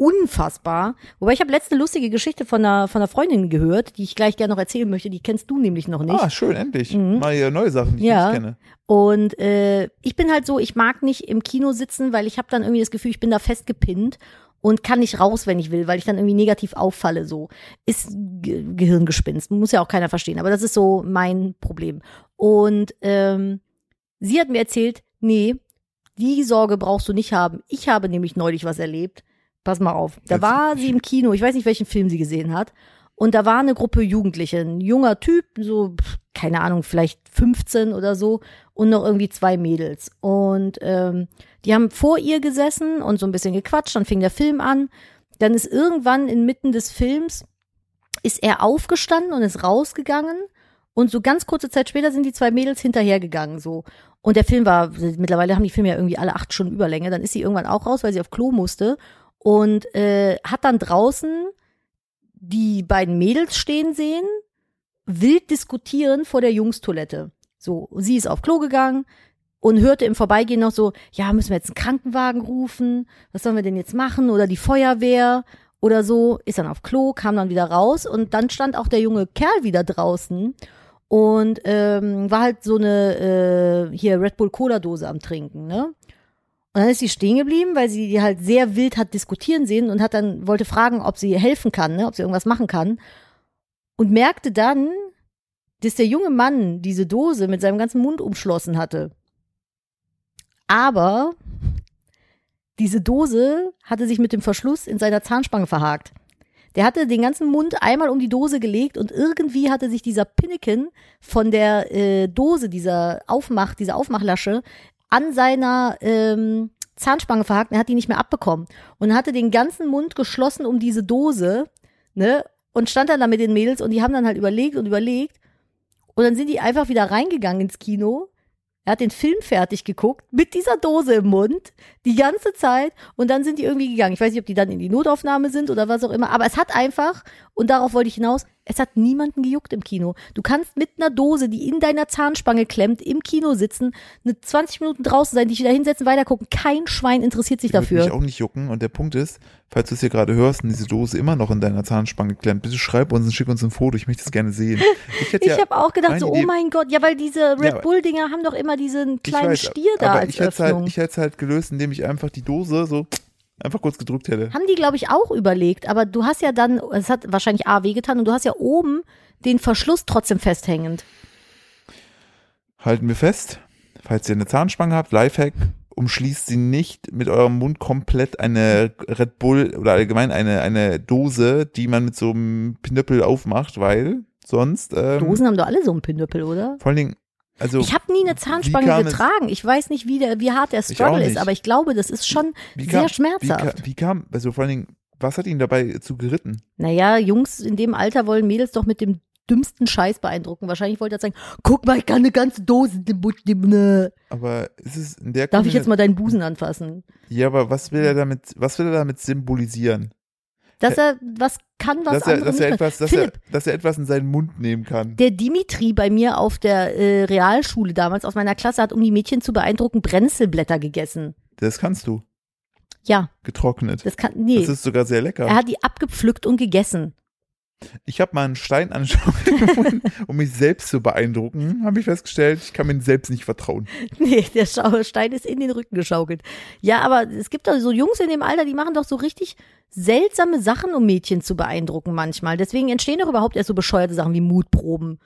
B: Unfassbar. Wobei ich habe letzte lustige Geschichte von einer, von einer Freundin gehört, die ich gleich gerne noch erzählen möchte, die kennst du nämlich noch nicht. Mhm.
A: ah, schön, endlich. Mal hier neue Sachen, die
B: Ja.
A: ich nicht kenne.
B: Und äh, ich bin halt so, ich mag nicht im Kino sitzen, weil ich habe dann irgendwie das Gefühl, ich bin da festgepinnt und kann nicht raus, wenn ich will, weil ich dann irgendwie negativ auffalle. So ist Ge Gehirngespinst, muss ja auch keiner verstehen, aber das ist so mein Problem. Und ähm, sie hat mir erzählt, nee, die Sorge brauchst du nicht haben. Ich habe nämlich neulich was erlebt. Pass mal auf. Da
A: Jetzt-
B: war sie im Kino, ich weiß nicht, welchen Film sie gesehen hat. Und da war eine Gruppe Jugendliche, ein junger Typ, so, pf, keine Ahnung, vielleicht 15 oder so, und noch irgendwie zwei Mädels. Und ähm, die haben vor ihr gesessen und so ein bisschen gequatscht, dann fing der Film an. Dann ist irgendwann inmitten des Films, ist er aufgestanden und ist rausgegangen. Und so ganz kurze Zeit später sind die zwei Mädels hinterhergegangen, so. Und der Film war, mittlerweile haben die Filme ja irgendwie alle acht Stunden Überlänge. Dann ist sie irgendwann auch raus, weil sie auf Klo musste. Und äh, hat dann draußen die beiden Mädels stehen sehen, wild diskutieren vor der Jungstoilette. So, sie ist auf Klo gegangen und hörte im Vorbeigehen noch so, ja, müssen wir jetzt einen Krankenwagen rufen? Was sollen wir denn jetzt machen? Oder die Feuerwehr oder so. Ist dann auf Klo, kam dann wieder raus und dann stand auch der junge Kerl wieder draußen und ähm, war halt so eine äh, hier Red Bull Cola Dose am Trinken, ne? Und dann ist sie stehen geblieben, weil sie die halt sehr wild hat diskutieren sehen und hat dann wollte fragen, ob sie helfen kann, ne? ob sie irgendwas machen kann und merkte dann, dass der junge Mann diese Dose mit seinem ganzen Mund umschlossen hatte. Aber diese Dose hatte sich mit dem Verschluss in seiner Zahnspange verhakt. Der hatte den ganzen Mund einmal um die Dose gelegt und irgendwie hatte sich dieser Pinneken von der äh, Dose, dieser Aufmach, dieser Aufmachlasche an seiner ähm, Zahnspange verhakt und er hat die nicht mehr abbekommen. Und hatte den ganzen Mund geschlossen um diese Dose, ne? Und stand dann da mit den Mädels und die haben dann halt überlegt und überlegt. Und dann sind die einfach wieder reingegangen ins Kino. Er hat den Film fertig geguckt, mit dieser Dose im Mund, die ganze Zeit. Und dann sind die irgendwie gegangen. Ich weiß nicht, ob die dann in die Notaufnahme sind oder was auch immer. Aber es hat einfach, und darauf wollte ich hinaus, es hat niemanden gejuckt im Kino. Du kannst mit einer Dose, die in deiner Zahnspange klemmt, im Kino sitzen, eine 20 Minuten draußen sein, dich wieder hinsetzen, weitergucken. Kein Schwein interessiert sich
A: Würde mich
B: dafür.
A: auch nicht jucken. Und der Punkt ist, falls du es hier gerade hörst und diese Dose immer noch in deiner Zahnspange klemmt, bitte schreib uns und schick uns ein Foto. Ich möchte es gerne sehen. Ich hätte
B: Ich
A: ja,
B: habe auch gedacht,
A: meine
B: so, oh
A: Idee-
B: mein Gott, ja, weil diese Red
A: aber-
B: Bull-Dinger haben doch immer diesen
A: ich
B: kleinen
A: weiß,
B: Stier da
A: aber
B: als
A: ich hätte es
B: Öffnung.
A: halt, ich hätte es halt gelöst, indem ich einfach die Dose so einfach kurz gedrückt hätte.
B: haben die, glaube ich, auch überlegt, aber du hast ja dann, es hat wahrscheinlich A wehgetan und du hast ja oben den Verschluss trotzdem festhängend.
A: Halten wir fest, falls ihr eine Zahnspange habt, Lifehack, umschließt sie nicht mit eurem Mund komplett eine Red Bull oder allgemein eine, eine Dose, die man mit so einem Pinöppel aufmacht, weil sonst, ähm,
B: Dosen haben doch alle so einen Pinnöppel, oder?
A: vor allen Dingen, also,
B: Ich habe nie eine
A: kam
B: Zahnspange
A: es-
B: getragen. Ich weiß nicht, wie, der, wie hart der
A: auch
B: Struggle ist,
A: nicht.
B: aber ich glaube, das ist schon sehr
A: Wie,
B: schmerzhaft.
A: ka- wie kam, also vor allen Dingen, was hat ihn dabei zu geritten?
B: naja, Jungs in dem Alter wollen Mädels doch mit dem dümmsten Scheiß beeindrucken. Wahrscheinlich wollte er sagen, guck mal, ich kann eine ganze Dose. dim- dim- ne.
A: Aber ist es in der
B: Darf ich
A: Kombina-
B: jetzt mal deinen Busen anfassen?
A: Ja, aber was will er damit, was will er damit symbolisieren?
B: Dass er was kann, was
A: Äh, dass er,
B: andere
A: dass
B: nicht
A: er
B: können.
A: etwas, dass er,
B: Philipp,
A: dass er etwas in seinen Mund nehmen kann.
B: der Dimitri bei mir auf der äh, Realschule damals aus meiner Klasse hat, um die Mädchen zu beeindrucken, Brenzelblätter gegessen.
A: Das kannst du.
B: Ja,
A: Getrocknet.
B: das kann, nee.
A: Das ist sogar sehr lecker.
B: er hat die abgepflückt und gegessen.
A: Ich habe mal einen Stein angeschaut, gefunden, um mich selbst zu beeindrucken. Habe ich festgestellt, ich kann mir selbst nicht vertrauen.
B: Nee, der Schau- Stein ist in den Rücken geschaukelt. Ja, aber es gibt doch so Jungs in dem Alter, die machen doch so richtig seltsame Sachen, um Mädchen zu beeindrucken manchmal. Deswegen entstehen doch überhaupt erst so bescheuerte Sachen wie Mutproben.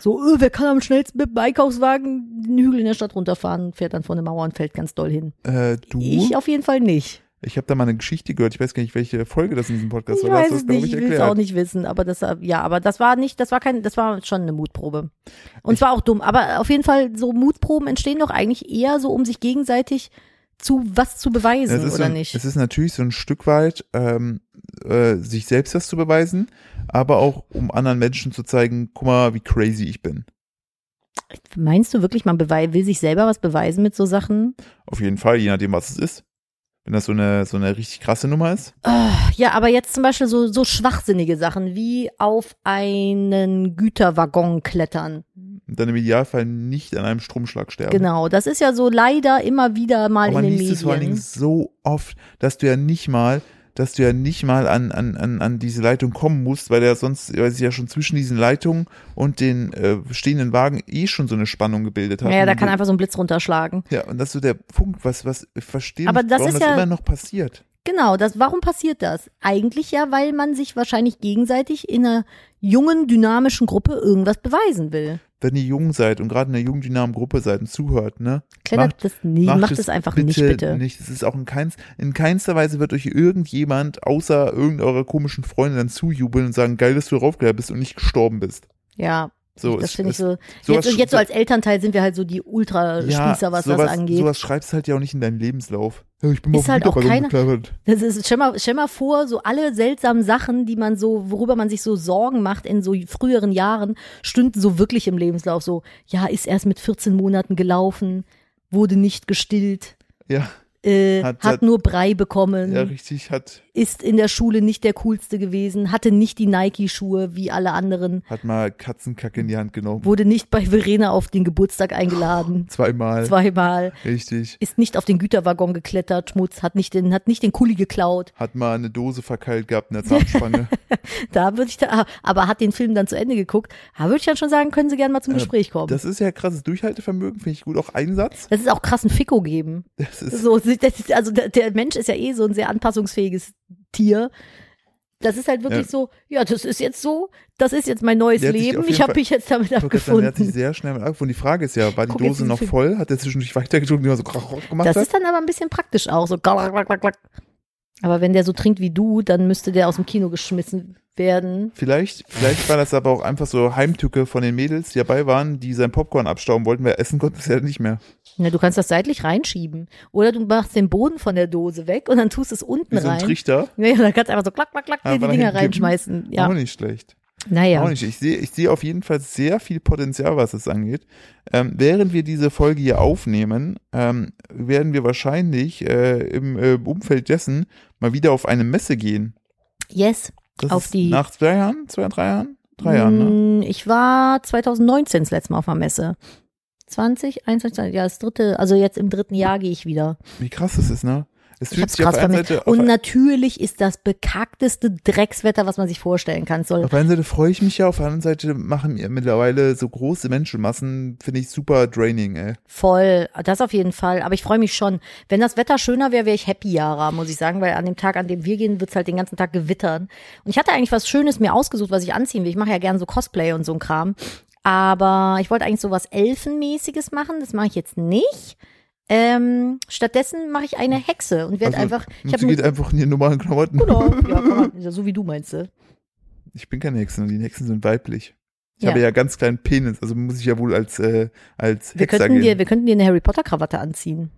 B: So, öh, wer kann am schnellsten mit dem Einkaufswagen den Hügel in der Stadt runterfahren, fährt dann vor eine Mauer und fällt ganz doll hin.
A: Äh, du?
B: Ich auf jeden Fall nicht.
A: Ich habe da mal eine Geschichte gehört. Ich weiß gar nicht, welche Folge das in diesem Podcast
B: Ich
A: war. Da hast
B: weiß
A: du
B: es
A: das, glaub
B: nicht, ich will es
A: erklärt.
B: auch nicht wissen, aber das ja, aber das war nicht, das war kein, das war schon eine Mutprobe. Und zwar auch dumm, aber auf jeden Fall so Mutproben entstehen doch eigentlich eher so, um sich gegenseitig zu was zu
A: Ja,
B: beweisen
A: es ist so
B: oder
A: ein,
B: nicht.
A: Es ist natürlich so ein Stück weit, ähm, äh, sich selbst das zu beweisen, aber auch um anderen Menschen zu zeigen, guck mal, wie crazy ich bin.
B: Meinst du wirklich, man bewei- will sich selber was beweisen mit so Sachen?
A: Auf jeden Fall, je nachdem, was es ist. Wenn das so eine, so eine richtig krasse Nummer ist.
B: Ah, Ja, aber jetzt zum Beispiel so, so schwachsinnige Sachen wie auf einen Güterwaggon klettern.
A: Dann im Idealfall nicht an einem Stromschlag sterben.
B: Genau, das ist ja so leider immer wieder mal
A: Aber man
B: in den
A: liest es vor allen Dingen
B: Medien.
A: so oft, dass du ja nicht mal, dass du ja nicht mal an, an, an, an diese Leitung kommen musst, weil der sonst, weil sich ja schon zwischen diesen Leitungen und den äh, stehenden Wagen eh schon so eine Spannung gebildet hat.
B: Naja, da
A: Und
B: kann
A: du-
B: einfach so ein Blitz runterschlagen.
A: Ja, und das ist so der Punkt, was, was, ich verstehe
B: Aber
A: nicht,
B: das
A: warum
B: ist
A: das
B: ja-
A: immer noch passiert.
B: Genau, das, warum passiert das? Eigentlich ja, weil man sich wahrscheinlich gegenseitig in einer jungen, dynamischen Gruppe irgendwas beweisen will.
A: Wenn ihr jung seid und gerade in der jugenddynamen Gruppe seid und zuhört, ne?
B: Klettert
A: Macht-
B: das nie, macht, es einfach nicht, bitte.
A: Nicht. Es ist auch in, keins, in keinster Weise wird euch irgendjemand außer irgendeiner komischen Freunde dann zujubeln und sagen, geil, dass du draufgeklettert bist und nicht gestorben bist.
B: Ja,
A: So,
B: das
A: es-
B: finde ich
A: es-
B: so.
A: sowas
B: Jetzt, jetzt so
A: sch-
B: als Elternteil sind wir halt so die Ultraspießer,
A: sowas,
B: was das angeht.
A: Sowas schreibst du halt ja auch nicht in deinen Lebenslauf. Ja, ich bin
B: Ist
A: mal auf den
B: halt auch
A: Güterwaggon
B: keiner-
A: geklettert.
B: Das ist, stell mal, stell mal vor, so alle seltsamen Sachen, die man so, worüber man sich so Sorgen macht in so früheren Jahren, stünden so wirklich im Lebenslauf. So, ja, ist erst mit 14 Monaten gelaufen, wurde nicht gestillt,
A: Ja,
B: äh,
A: Hat-
B: hat,
A: hat-
B: nur Brei bekommen.
A: ja, richtig, hat,
B: ist in der Schule nicht der coolste gewesen, hatte nicht die Nike-Schuhe wie alle anderen,
A: hat mal Katzenkacke in die Hand genommen.
B: wurde nicht bei Verena auf den Geburtstag eingeladen,
A: Oh, Zweimal.
B: zweimal,
A: Richtig.
B: ist nicht auf den Güterwaggon geklettert, Schmutz, hat nicht den, hat nicht den Kuli geklaut.
A: Hat mal eine Dose verkeilt gehabt in der Zahnspange.
B: Da würde ich da, aber hat den Film dann zu Ende geguckt. Da würde ich dann schon sagen, können Sie gerne mal zum
A: Äh,
B: Gespräch kommen. Das,
A: das ist ja krasses Durchhaltevermögen, finde ich gut. Auch Einsatz.
B: ist auch krassen Ficko geben.
A: Das ist,
B: So, das ist, also der, der Mensch ist ja eh so ein sehr anpassungsfähiges Tier. Das ist halt wirklich
A: Ja.
B: so, ja, das ist jetzt so, das ist jetzt mein neues
A: Der hat sich
B: Leben,
A: auf jeden
B: ich habe
A: Fall-
B: mich jetzt damit
A: Ich wollte gerade sagen, der hat
B: abgefunden.
A: sich sehr schnell mit abgefunden. Die Frage ist ja, war die
B: Guck jetzt
A: Dose
B: diesen
A: noch
B: Film.
A: voll? Hat er zwischendurch weitergetrunken, die man so krach krach gemacht
B: Das
A: hat?
B: ist dann aber ein bisschen praktisch auch, so glack, glack, glack, glack. Aber wenn der so trinkt wie du, dann müsste der aus dem Kino geschmissen werden.
A: Vielleicht, vielleicht war das aber auch einfach so Heimtücke von den Mädels, die dabei waren, die sein Popcorn abstauben wollten, weil essen konnte es ja nicht mehr.
B: Na, du kannst das seitlich reinschieben. Oder du machst den Boden von der Dose weg und dann tust es unten
A: Wie so ein
B: rein.
A: Trichter.
B: Ja, ja, dann kannst du einfach so klack, klack, klack dir
A: Einfach
B: die Dinger
A: hinkippen.
B: reinschmeißen.
A: Auch
B: Ja,
A: nicht schlecht. Auch
B: naja.
A: nicht. Ich sehe, ich sehe auf jeden Fall sehr viel Potenzial, was es angeht. Ähm, während wir diese Folge hier aufnehmen, ähm, werden wir wahrscheinlich äh, im äh, Umfeld dessen mal wieder auf eine Messe gehen.
B: Yes.
A: Das
B: Auf
A: ist
B: die-
A: nach zwei Jahren, zwei, drei Jahren? Drei Jahren, ne?
B: Mm, Ich war 2019 das letzte Mal auf der Messe. 20, 21, 20, ja, das dritte, also jetzt im dritten Jahr gehe ich wieder.
A: Wie krass das ist, ne? Es
B: Ich
A: fühlt
B: hab's
A: sich auf
B: krass
A: der einen
B: vermisst.
A: Seite, auf,
B: Und natürlich ist das bekackteste Dreckswetter, was man sich vorstellen kann. Es Soll
A: auf der einen Seite freue ich mich ja, auf der anderen Seite machen mir mittlerweile so große Menschenmassen, finde ich super draining, ey.
B: Voll, das auf jeden Fall. Aber ich freue mich schon. Wenn das Wetter schöner wäre, wäre ich happier, muss ich sagen, weil an dem Tag, an dem wir gehen, wird es halt den ganzen Tag gewittern. Und ich hatte eigentlich was Schönes mir ausgesucht, was ich anziehen will. Ich mache ja gerne so Cosplay und so ein Kram. Aber ich wollte eigentlich so was Elfenmäßiges machen. Das mache ich jetzt nicht. Ähm, stattdessen mache ich eine Hexe und werde einfach. Ich
A: Ich Also,
B: habe
A: geht einfach in die normalen Klamotten.
B: Genau, ja, komm mal, so wie du meinst. du.
A: Ich bin keine Hexe, die Hexen sind weiblich. Ich
B: Ja.
A: habe ja ganz kleinen Penis, also muss ich ja wohl als, äh, als
B: Wir
A: Hexer
B: könnten,
A: gehen.
B: dir, wir könnten dir eine Harry Potter Krawatte anziehen.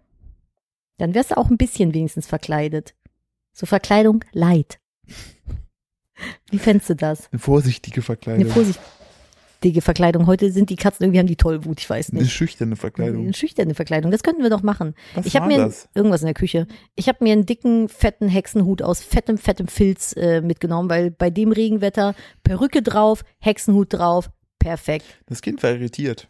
B: Dann wärst du auch ein bisschen wenigstens verkleidet. So Verkleidung light. Wie fändst du das?
A: Eine vorsichtige
B: Eine
A: Verkleidung.
B: Vorsicht. dicke Verkleidung. Heute sind die Katzen irgendwie haben die Tollwut, ich weiß
A: Eine
B: nicht.
A: schüchterne Verkleidung.
B: Eine schüchterne Verkleidung, das könnten wir doch machen.
A: Was
B: ich habe
A: war
B: mir
A: das?
B: irgendwas in der Küche. Ich habe mir einen dicken, fetten Hexenhut aus fettem, fettem Filz äh, mitgenommen, weil bei dem Regenwetter Perücke drauf, Hexenhut drauf, perfekt.
A: Das Kind war irritiert.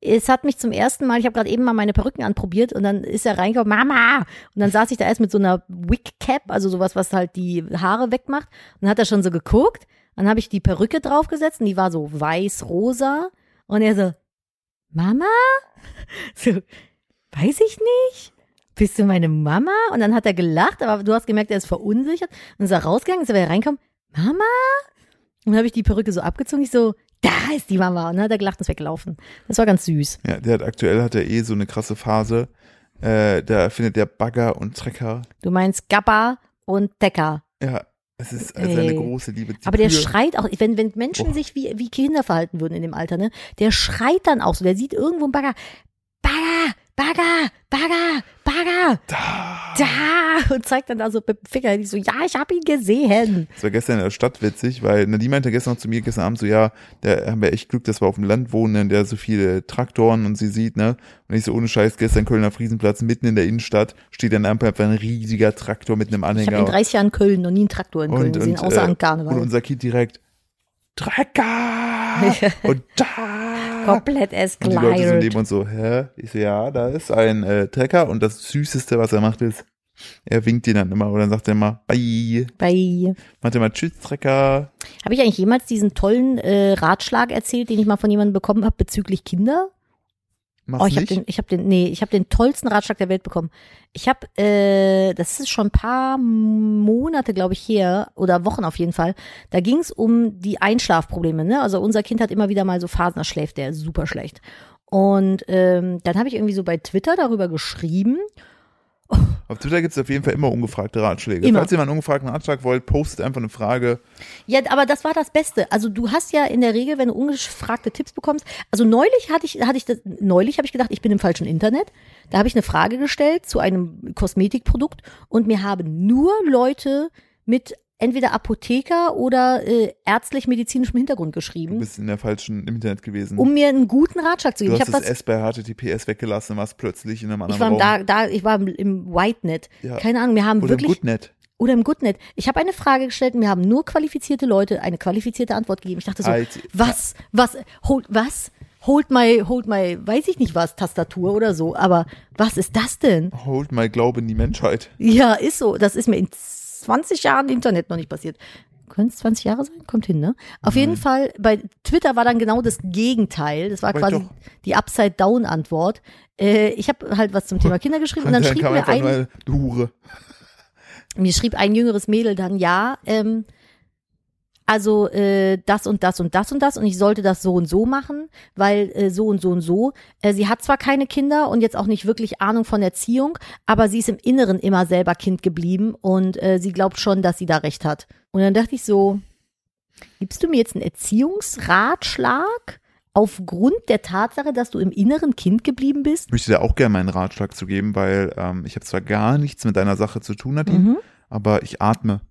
B: Es hat mich zum ersten Mal, ich habe gerade eben mal meine Perücken anprobiert und dann ist er reingekommen, Mama! Und dann saß ich da erst mit so einer Wig Cap, also sowas, was halt die Haare wegmacht. Und dann hat er schon so geguckt. Dann habe ich die Perücke draufgesetzt und die war so weiß-rosa. Und er so, Mama? So, weiß ich nicht. Bist du meine Mama? Und dann hat er gelacht, aber du hast gemerkt, er ist verunsichert. Und dann ist er rausgegangen, ist er wieder reinkommen, Mama? Und dann habe ich die Perücke so abgezogen, ich so, da ist die Mama. Und dann hat er gelacht und ist weggelaufen. Das war ganz süß.
A: Ja, der hat aktuell hat er eh so eine krasse Phase. Äh, da findet der Bagger und Trecker.
B: Du meinst Gabba und Decker.
A: Ja, es ist also eine
B: Ey.
A: große Liebe. Die
B: Aber der
A: Kühe-
B: schreit auch, wenn, wenn Menschen
A: Oh.
B: sich wie, wie Kinder verhalten würden in dem Alter, ne? Der schreit dann auch so. Der sieht irgendwo einen Bagger. Bagger, Bagger, Bagger, Bagger,
A: Da.
B: da! Und zeigt dann da so mit dem Finger. Ich so, ja, ich habe ihn gesehen.
A: Das war gestern in der Stadt witzig, weil Nadine meinte gestern noch zu mir, gestern Abend so, ja, da haben wir echt Glück, dass wir auf dem Land wohnen, in der so viele Traktoren und sie sieht, ne? Und ich so, ohne Scheiß, gestern Kölner Friesenplatz, mitten in der Innenstadt, steht dann einfach ein riesiger Traktor mit einem
B: Ich habe in
A: Anhänger.
B: 30 Jahren Köln noch nie einen Traktor in Köln gesehen, außer
A: äh,
B: an Karneval.
A: und unser Kind direkt, Trecker! und da! Und
B: Komplett
A: die Leute so
B: eskaliert.
A: neben uns so, hä? Ich so, ja, da ist ein äh, Trecker und das Süßeste, was er macht, ist, er winkt ihn dann immer oder dann sagt er immer, bye.
B: Bye.
A: Macht er immer, tschüss, Trecker.
B: Habe ich eigentlich jemals diesen tollen äh, Ratschlag erzählt, den ich mal von jemandem bekommen habe bezüglich Kinder?
A: Mach's
B: Oh, ich habe
A: nicht.
B: den, ich habe den, nee, ich habe den tollsten Ratschlag der Welt bekommen. Ich habe, äh, das ist schon ein paar Monate, glaube ich, her oder Wochen auf jeden Fall. Da ging es um die Einschlafprobleme. Ne? Also unser Kind hat immer wieder mal so Phasen, da schläft der super schlecht. Und ähm, dann habe ich irgendwie so bei Twitter darüber geschrieben.
A: Auf Twitter gibt es auf jeden Fall immer ungefragte Ratschläge.
B: Immer.
A: Falls ihr mal einen ungefragten Ratschlag wollt, postet einfach eine Frage.
B: Ja, aber das war das Beste. Also du hast ja in der Regel, wenn du ungefragte Tipps bekommst, also neulich hatte ich, hatte ich das, neulich habe ich gedacht, ich bin im falschen Internet. Da habe ich eine Frage gestellt zu einem Kosmetikprodukt und mir haben nur Leute mit entweder Apotheker oder äh, ärztlich-medizinischem Hintergrund
A: Du
B: geschrieben,
A: bist in der falschen im Internet gewesen.
B: um mir einen guten Ratschlag zu
A: du
B: geben. Ich
A: hast
B: habe
A: das
B: was
A: S bei HTTPS weggelassen, warst plötzlich in einem
B: ich
A: anderen
B: war im,
A: Raum.
B: da, da, ich war im, im Whitenet.
A: Ja.
B: Keine Ahnung, mir haben
A: Oder im
B: wirklich
A: Goodnet.
B: oder im Goodnet. Ich habe eine Frage gestellt, und mir haben nur qualifizierte Leute eine qualifizierte Antwort gegeben. Ich dachte so,
A: Als-
B: was, was, hold, was? Hold my, hold my, weiß ich nicht was, Tastatur oder so, aber was ist das denn?
A: Hold my Glaube in die Menschheit.
B: Ja, ist so. Das ist mir in 20 Jahren Internet noch nicht passiert. Können es 20 Jahre sein? Kommt hin, ne? Auf
A: Mhm.
B: jeden Fall, bei Twitter war dann genau das Gegenteil. Das war
A: Aber
B: quasi
A: doch.
B: die Upside-Down-Antwort. Äh, ich habe halt was zum Thema Kinder geschrieben und dann schrieb mir ein,
A: nur, du Hure.
B: mir schrieb ein jüngeres Mädel dann, ja, ähm, also äh, das und das und das und das und ich sollte das so und so machen, weil äh, so und so und so. Äh, sie hat zwar keine Kinder und jetzt auch nicht wirklich Ahnung von Erziehung, aber sie ist im Inneren immer selber Kind geblieben und äh, sie glaubt schon, dass sie da recht hat. Und dann dachte ich so, gibst du mir jetzt einen Erziehungsratschlag aufgrund der Tatsache, dass du im Inneren Kind geblieben bist?
A: Ich möchte dir auch gerne meinen Ratschlag zu geben, weil ähm, ich habe zwar gar nichts mit deiner Sache zu tun, Nadine,
B: Mhm.
A: aber ich atme.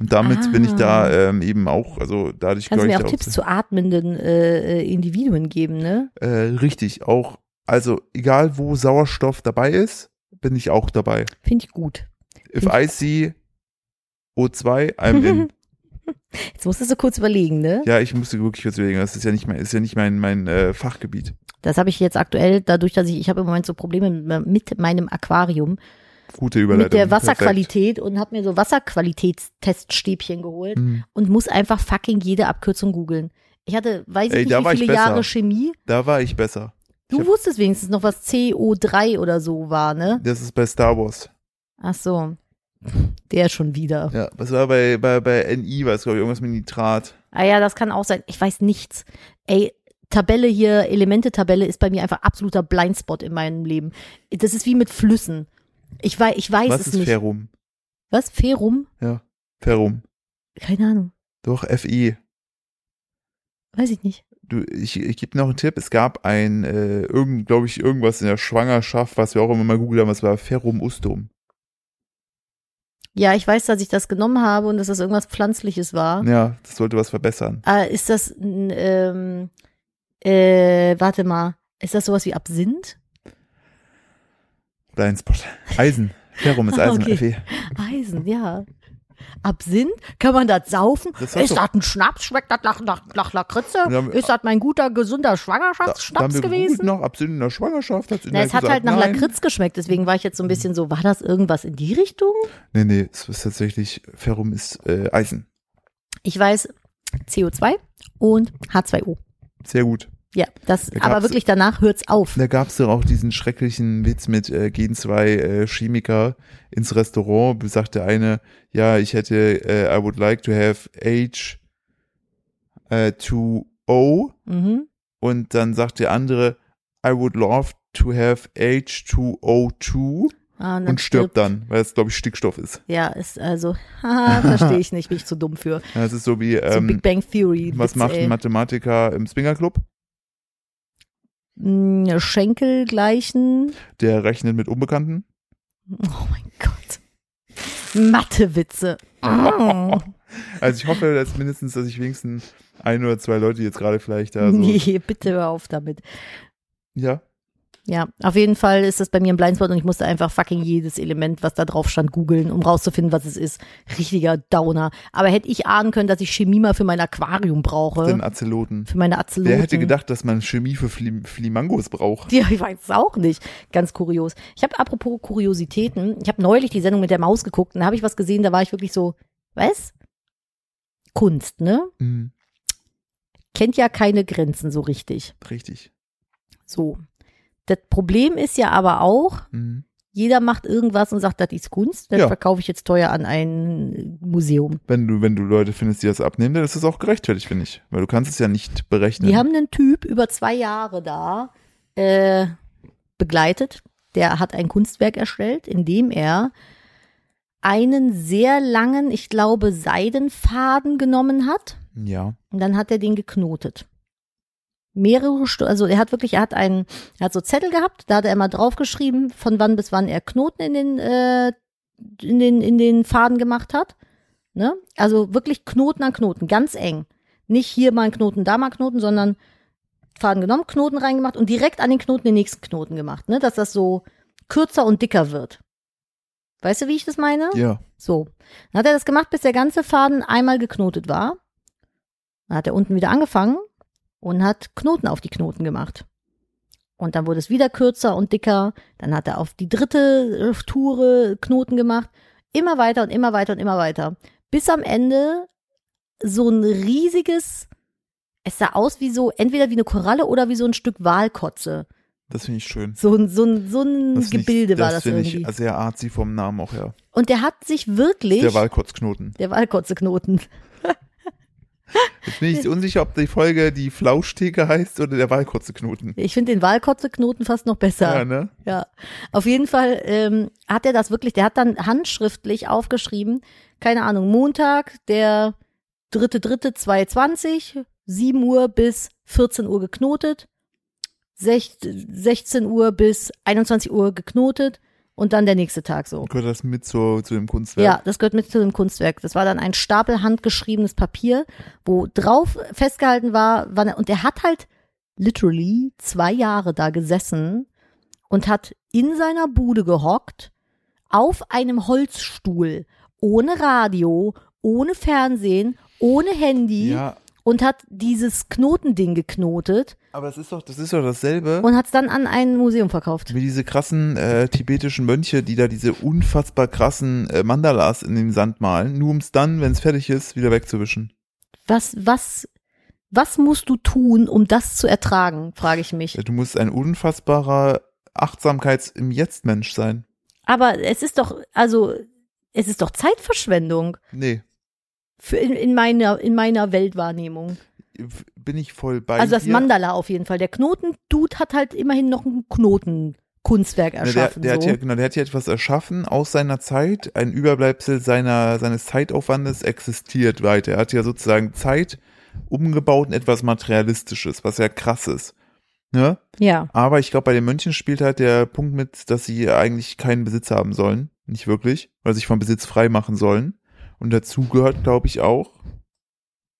A: Und damit bin ich da ähm, eben auch, also dadurch
B: Ah. Kannst du
A: gehöre
B: mir
A: ich
B: auch
A: da
B: Tipps zu atmenden äh, äh, Individuen geben, ne?
A: Äh, richtig, auch, also egal wo Sauerstoff dabei ist, bin ich auch dabei.
B: Finde ich gut.
A: If
B: Mhm.
A: I see O2, I'm in.
B: Jetzt musstest du kurz überlegen, ne?
A: ja, ich musste wirklich kurz überlegen, das ist ja nicht mein, ist ja nicht mein, mein äh, Fachgebiet.
B: Das habe ich jetzt aktuell, dadurch, dass ich, ich habe im Moment so Probleme mit, mit meinem Aquarium,
A: Gute Überleitung.
B: mit der
A: perfekt.
B: Wasserqualität und habe mir so Wasserqualitätsteststäbchen geholt
A: Hm.
B: und muss einfach fucking jede Abkürzung googeln. Ich hatte, weiß ich
A: Ey,
B: nicht,
A: da
B: wie
A: war ich
B: viele
A: besser.
B: Jahre Chemie.
A: Da war ich besser. Ich
B: Du
A: hab-
B: wusstest wenigstens noch, was CO3 oder so war, ne?
A: Das ist bei Star Wars.
B: Ach so. Der schon wieder.
A: Ja, das war bei, bei, bei NI, war es, glaube ich, irgendwas mit Nitrat.
B: Ah ja, das kann auch sein. Ich weiß nichts. Ey, Tabelle hier, Elemente-Tabelle ist bei mir einfach absoluter Blindspot in meinem Leben. Das ist wie mit Flüssen. Ich weiß, ich weiß
A: Was
B: es
A: ist
B: nicht.
A: Ferrum?
B: Was? Ferum?
A: Ferrum.
B: Keine Ahnung.
A: Doch, FE.
B: Weiß ich nicht.
A: Du, ich ich gebe noch einen Tipp. Es gab ein, äh, irgend, glaube ich, irgendwas in der Schwangerschaft, was wir auch immer mal googeln haben, was war Ferrum Ustum.
B: Ja, ich weiß, dass ich das genommen habe und dass das irgendwas Pflanzliches war.
A: Ja, das sollte was verbessern.
B: Ah, ist das, n- ähm, äh, warte mal, ist das sowas wie Absinth?
A: Oder ein Spot. Eisen. Ferrum ist Eisen.
B: Okay.
A: Effi.
B: Eisen, ja. Absinth? Kann man das saufen?
A: Das hat
B: ist
A: doch-
B: das ein Schnaps? Schmeckt das nach, nach, nach Lakritze?
A: Wir haben-
B: ist das mein guter,
A: Da,
B: gesunder
A: da haben
B: Schwangerschaftsschnaps
A: wir gut
B: gewesen?
A: noch Absinth in der Schwangerschaft. Hat's
B: Na,
A: Inhalt
B: es hat
A: gesagt,
B: halt nach
A: nein. Mhm.
B: Lakritz geschmeckt, deswegen war ich jetzt so ein bisschen so, war das irgendwas in die Richtung?
A: Nee, nee, es ist tatsächlich, Ferrum ist äh, Eisen.
B: Ich weiß, CO2 und H2O.
A: Sehr gut.
B: Ja, das,
A: Da
B: aber
A: gab's- Ne.
B: wirklich danach hört's auf.
A: Da gab es doch auch diesen schrecklichen Witz mit äh, gehen zwei äh, Chemiker ins Restaurant, sagt der eine, ja, ich hätte, äh, I would like to have H äh, to O
B: Mhm.
A: und dann sagt der andere, I would love to have H2O2
B: Ah, dann
A: und stirbt dann, weil es, glaube ich, Stickstoff ist.
B: Ja, ist also, haha, verstehe ich nicht, bin ich zu dumm für.
A: Ja, das ist so wie,
B: So Big
A: ähm,
B: Bang Theory.
A: was
B: Witze,
A: macht
B: ey.
A: ein Mathematiker im Swingerclub?
B: Mm, Schenkelgleichen.
A: Der rechnet mit Unbekannten.
B: Oh mein Gott. Mathewitze. Mm.
A: Also ich hoffe, dass mindestens, dass ich wenigstens ein oder zwei Leute jetzt gerade vielleicht da so.
B: Nee, bitte hör auf damit.
A: Ja.
B: Ja, auf jeden Fall ist das bei mir ein Blindspot und ich musste einfach fucking jedes Element, was da drauf stand, googeln, um rauszufinden, was es ist. Richtiger Downer. Aber hätte ich ahnen können, dass ich Chemie mal für mein Aquarium brauche.
A: Den Azeloten.
B: Für meine Azeloten.
A: Wer hätte gedacht, dass man Chemie für Fli- Flimangos braucht?
B: Ja, ich weiß es auch nicht. Ganz kurios. Ich habe apropos Kuriositäten, ich habe neulich die Sendung mit der Maus geguckt und da habe ich was gesehen, da war ich wirklich so, was? Kunst, ne?
A: Mhm,
B: Kennt ja keine Grenzen so richtig.
A: richtig.
B: So. Das Problem ist ja aber auch,
A: Mhm.
B: jeder macht irgendwas und sagt, das ist Kunst, das
A: Ja.
B: verkaufe ich jetzt teuer an ein Museum.
A: Wenn du, wenn du Leute findest, die das abnehmen, dann ist das auch gerechtfertigt, finde ich. Weil du kannst es ja nicht berechnen.
B: Die haben einen Typ über zwei Jahre da äh, begleitet. Der hat ein Kunstwerk erstellt, in dem er einen sehr langen, ich glaube, Seidenfaden genommen hat
A: ja.
B: und dann hat er den geknotet. Mehrere Stunden, also er hat wirklich, er hat einen, er hat so Zettel gehabt, da hat er immer draufgeschrieben, von wann bis wann er Knoten in den, äh, in den, in den Faden gemacht hat. Ne? Also wirklich Knoten an Knoten, ganz eng. Nicht hier mal ein Knoten, da mal ein Knoten, sondern Faden genommen, Knoten reingemacht und direkt an den Knoten den nächsten Knoten gemacht, ne? dass das so kürzer und dicker wird. Weißt du, wie ich das meine?
A: Ja.
B: So. Dann hat er das gemacht, bis der ganze Faden einmal geknotet war. Dann hat er unten wieder angefangen und hat Knoten auf die Knoten gemacht. Und dann wurde es wieder kürzer und dicker. Dann hat er auf die dritte äh, Tour Knoten gemacht. Immer weiter und immer weiter und immer weiter. Bis am Ende so ein riesiges, es sah aus wie so, entweder wie eine Koralle oder wie so ein Stück Walkotze.
A: Das finde ich schön.
B: So ein, so ein, so ein
A: Das finde ich-
B: Gebilde war das
A: Das finde
B: irgendwie.
A: ich sehr arzi vom Namen auch her.
B: und der hat sich wirklich,
A: Der Walkotzknoten.
B: der Walkotzeknoten,
A: Jetzt bin ich unsicher, ob die Folge die Flauschtheke heißt oder der Walkotzeknoten.
B: Ich finde den Wahlkotzeknoten fast noch besser.
A: Ja,
B: Ja,
A: ne?
B: Auf jeden Fall ähm, hat er das wirklich, der hat dann handschriftlich aufgeschrieben, keine Ahnung, Montag, der 3.3.2020, 7 Uhr bis 14 Uhr geknotet, sech- 16 Uhr bis 21 Uhr geknotet und dann der nächste Tag so.
A: Gehört das mit zu, zu dem Kunstwerk?
B: Ja, das gehört mit zu dem Kunstwerk. Das war dann ein Stapel handgeschriebenes Papier, wo drauf festgehalten war, wann er, und er hat halt literally zwei Jahre da gesessen und hat in seiner Bude gehockt, auf einem Holzstuhl, ohne Radio, ohne Fernsehen, ohne Handy
A: Ja,
B: und hat dieses Knotending geknotet
A: aber das ist doch, das ist doch dasselbe.
B: und hat es dann an ein Museum verkauft.
A: Wie diese krassen äh, tibetischen Mönche, die da diese unfassbar krassen äh, Mandalas in den Sand malen, nur um es dann, wenn es fertig ist, wieder wegzuwischen.
B: Was, was, was musst du tun, um das zu ertragen, frage ich mich.
A: Ja, du musst ein unfassbarer Achtsamkeits im Jetzt Mensch sein.
B: Aber es ist doch, also, es ist doch Zeitverschwendung
A: Nee,
B: für in, in, meiner, in meiner Weltwahrnehmung.
A: f- bin ich voll bei
B: also das
A: dir.
B: Mandala auf jeden Fall. Der Knoten-Dude hat halt immerhin noch ein Knotenkunstwerk
A: Ne, der,
B: erschaffen.
A: der, hat
B: so.
A: ja, genau, der hat ja etwas erschaffen aus seiner Zeit, ein Überbleibsel seiner, seines Zeitaufwandes existiert weiter. Er hat ja sozusagen Zeit umgebaut in etwas Materialistisches, was ja krass ist. Ne?
B: ja.
A: Aber ich glaube, bei den Mönchen spielt halt der Punkt mit, dass sie eigentlich keinen Besitz haben sollen. Nicht wirklich, weil sie sich von Besitz frei machen sollen. Und dazu gehört, glaube ich, auch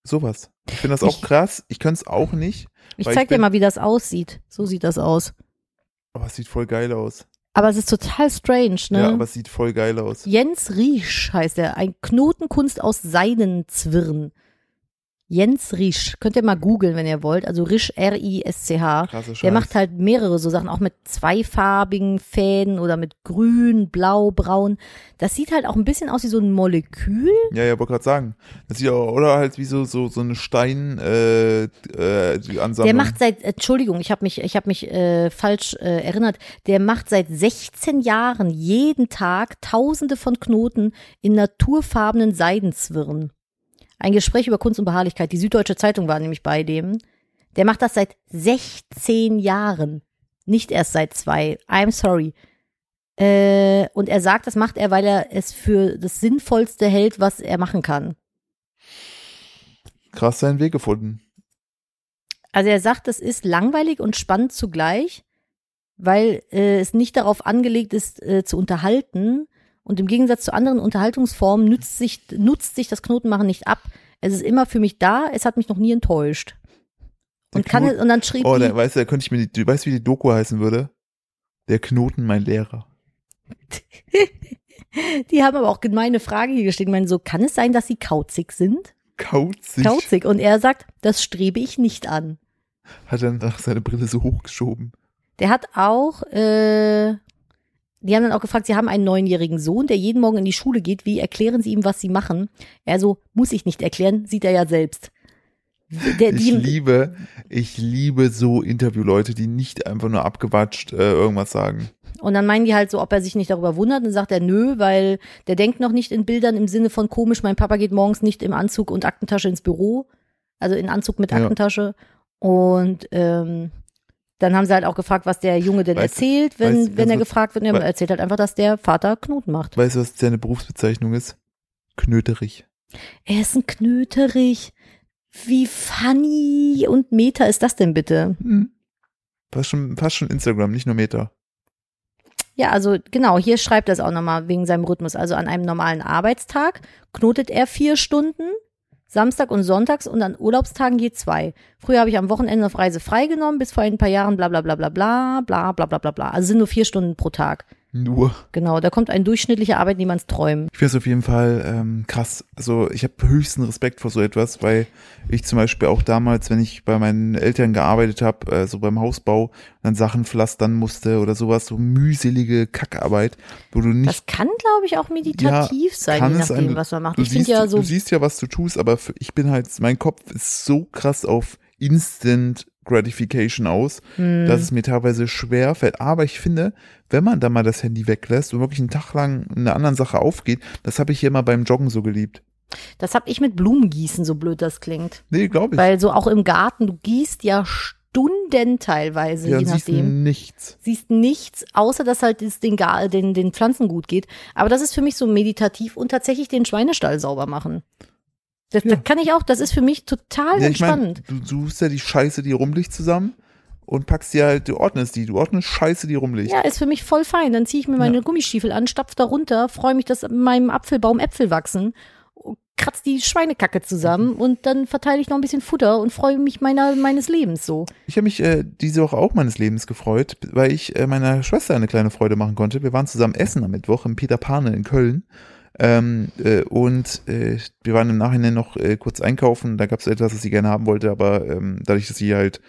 A: sowas. Ich finde das auch
B: Ich-
A: krass. Ich kann es auch nicht.
B: Ich
A: Weil ich
B: zeig dir
A: bin-
B: mal, wie das aussieht. So sieht das aus.
A: Aber es sieht voll geil aus.
B: Aber es ist total strange, ne?
A: Ja, aber es sieht voll geil aus.
B: Jens Riesch heißt er. Ein Knotenkunst aus Seinenzwirren. Jens Riesch. Könnt ihr mal googeln, wenn ihr wollt. Also Risch, R-I-S-C-H.
A: Krasse Scheiße.
B: Der macht halt mehrere so Sachen, auch mit zweifarbigen Fäden oder mit grün, blau, braun. Das sieht halt auch ein bisschen aus wie so ein Molekül.
A: Ja, ja, wollte gerade sagen. Das sieht auch, oder halt wie so, so, so eine Stein, äh, äh, die Ansammlung.
B: Der macht seit, Entschuldigung, ich habe mich, ich hab mich äh, falsch äh, erinnert, der macht seit 16 Jahren jeden Tag tausende von Knoten in naturfarbenen Seidenzwirren. Ein Gespräch über Kunst und Beharrlichkeit. Die Süddeutsche Zeitung war nämlich bei dem. Der macht das seit 16 Jahren. Nicht erst seit zwei. I'm sorry. Äh, und er sagt, das macht er, weil er es für das Sinnvollste hält, was er machen kann.
A: Krass seinen Weg gefunden.
B: Also er sagt, es ist langweilig und spannend zugleich, weil äh, es nicht darauf angelegt ist, äh, zu unterhalten. Und im Gegensatz zu anderen Unterhaltungsformen nützt sich, nutzt sich das Knotenmachen nicht ab. Es ist immer für mich da, es hat mich noch nie enttäuscht.
A: Der
B: Und, kann,
A: Knot-
B: es- und dann schrieb
A: Oh,
B: die,
A: der, weißt du, da könnte ich mir die, du weißt, wie die Doku heißen würde? Der Knoten, mein Lehrer.
B: die haben aber auch gemeine Frage hier gestellt. Ich meine, so, kann es sein, dass sie kauzig sind?
A: Kaut sich.
B: Kauzig. Und er sagt, das strebe ich nicht an.
A: Hat dann nach seine Brille so hochgeschoben.
B: Der hat auch, äh, die haben dann auch gefragt, sie haben einen neunjährigen Sohn, der jeden Morgen in die Schule geht. Wie erklären sie ihm, was sie machen? Er so, muss ich nicht erklären, sieht er ja selbst. Der,
A: Ich
B: die,
A: liebe, ich liebe so Interviewleute, die nicht einfach nur abgewatscht äh, irgendwas sagen.
B: und dann meinen die halt so, ob er sich nicht darüber wundert. Dann sagt er, nö, weil der denkt noch nicht in Bildern im Sinne von komisch, mein Papa geht morgens nicht im Anzug und Aktentasche ins Büro. Also in Anzug mit
A: Ja.
B: Aktentasche. Und ähm, dann haben sie halt auch gefragt, was der Junge denn
A: Weißt du-
B: erzählt, wenn,
A: weißt du,
B: wenn
A: ganz
B: er
A: kurz,
B: gefragt wird. Und
A: wei-
B: er erzählt halt einfach, dass der Vater Knoten macht.
A: Weißt du, was seine Berufsbezeichnung ist? Knöterich.
B: Er ist ein Knöterich. Wie funny und meta ist das denn bitte?
A: Hm. Fast schon, fast schon Instagram, nicht nur Meta.
B: Ja, also genau, hier schreibt das auch nochmal wegen seinem Rhythmus. Also an einem normalen Arbeitstag knotet er vier Stunden, Samstag und Sonntags und an Urlaubstagen je zwei. Früher habe ich am Wochenende auf Reise freigenommen, bis vor ein paar Jahren bla bla bla bla bla bla bla bla bla bla. Also sind nur vier Stunden pro Tag.
A: Nur.
B: Genau, da kommt ein durchschnittlicher Arbeitnehmer ins Träumen.
A: Ich finde es auf jeden Fall ähm, krass. Also ich habe höchsten Respekt vor so etwas, weil ich zum Beispiel auch damals, wenn ich bei meinen Eltern gearbeitet habe, äh, so beim Hausbau, dann Sachen pflastern musste oder sowas, so mühselige Kackarbeit, wo du nicht
B: Das kann, glaube ich, auch meditativ sein,
A: kann
B: je
A: es
B: nachdem,
A: ein-
B: was man macht.
A: du
B: Ich finde
A: siehst,
B: ja so
A: du siehst ja, was du tust, aber für, ich bin halt, mein Kopf ist so krass auf Instant Gratification aus,
B: Hm.
A: dass es mir teilweise schwer fällt. Aber ich finde, wenn man da mal das Handy weglässt und wirklich einen Tag lang in einer anderen Sache aufgeht, das habe ich hier immer beim Joggen so geliebt.
B: Das habe ich mit Blumengießen, so blöd das klingt.
A: Nee, glaube ich.
B: Weil so auch im Garten, du gießt ja Stunden teilweise,
A: ja,
B: je
A: dann siehst du
B: nachdem.
A: nichts.
B: Siehst nichts, außer dass halt es den, Ga- den, den Pflanzen gut geht. Aber das ist für mich so meditativ und tatsächlich den Schweinestall sauber machen. Das,
A: Ja.
B: das kann ich auch, das ist für mich total
A: Ja, ich meine,
B: entspannend.
A: du suchst ja die Scheiße, die rumliegt, zusammen und packst die halt, du ordnest die, du ordnest Scheiße, die rumliegt.
B: ja, ist für mich voll fein. Dann ziehe ich mir meine Gummistiefel an, stapf da runter, freue mich, dass an meinem Apfelbaum Äpfel wachsen, kratz die Schweinekacke zusammen
A: Mhm.
B: und dann verteile ich noch ein bisschen Futter und freue mich meiner, meines Lebens so.
A: Ich habe mich äh, diese Woche auch meines Lebens gefreut, weil ich äh, meiner Schwester eine kleine Freude machen konnte. Wir waren zusammen essen am Mittwoch im Peter Pane in Köln. Ähm, äh, und äh, wir waren im Nachhinein noch äh, kurz einkaufen. Da gab es etwas, was sie gerne haben wollte, aber ähm, dadurch, dass sie halt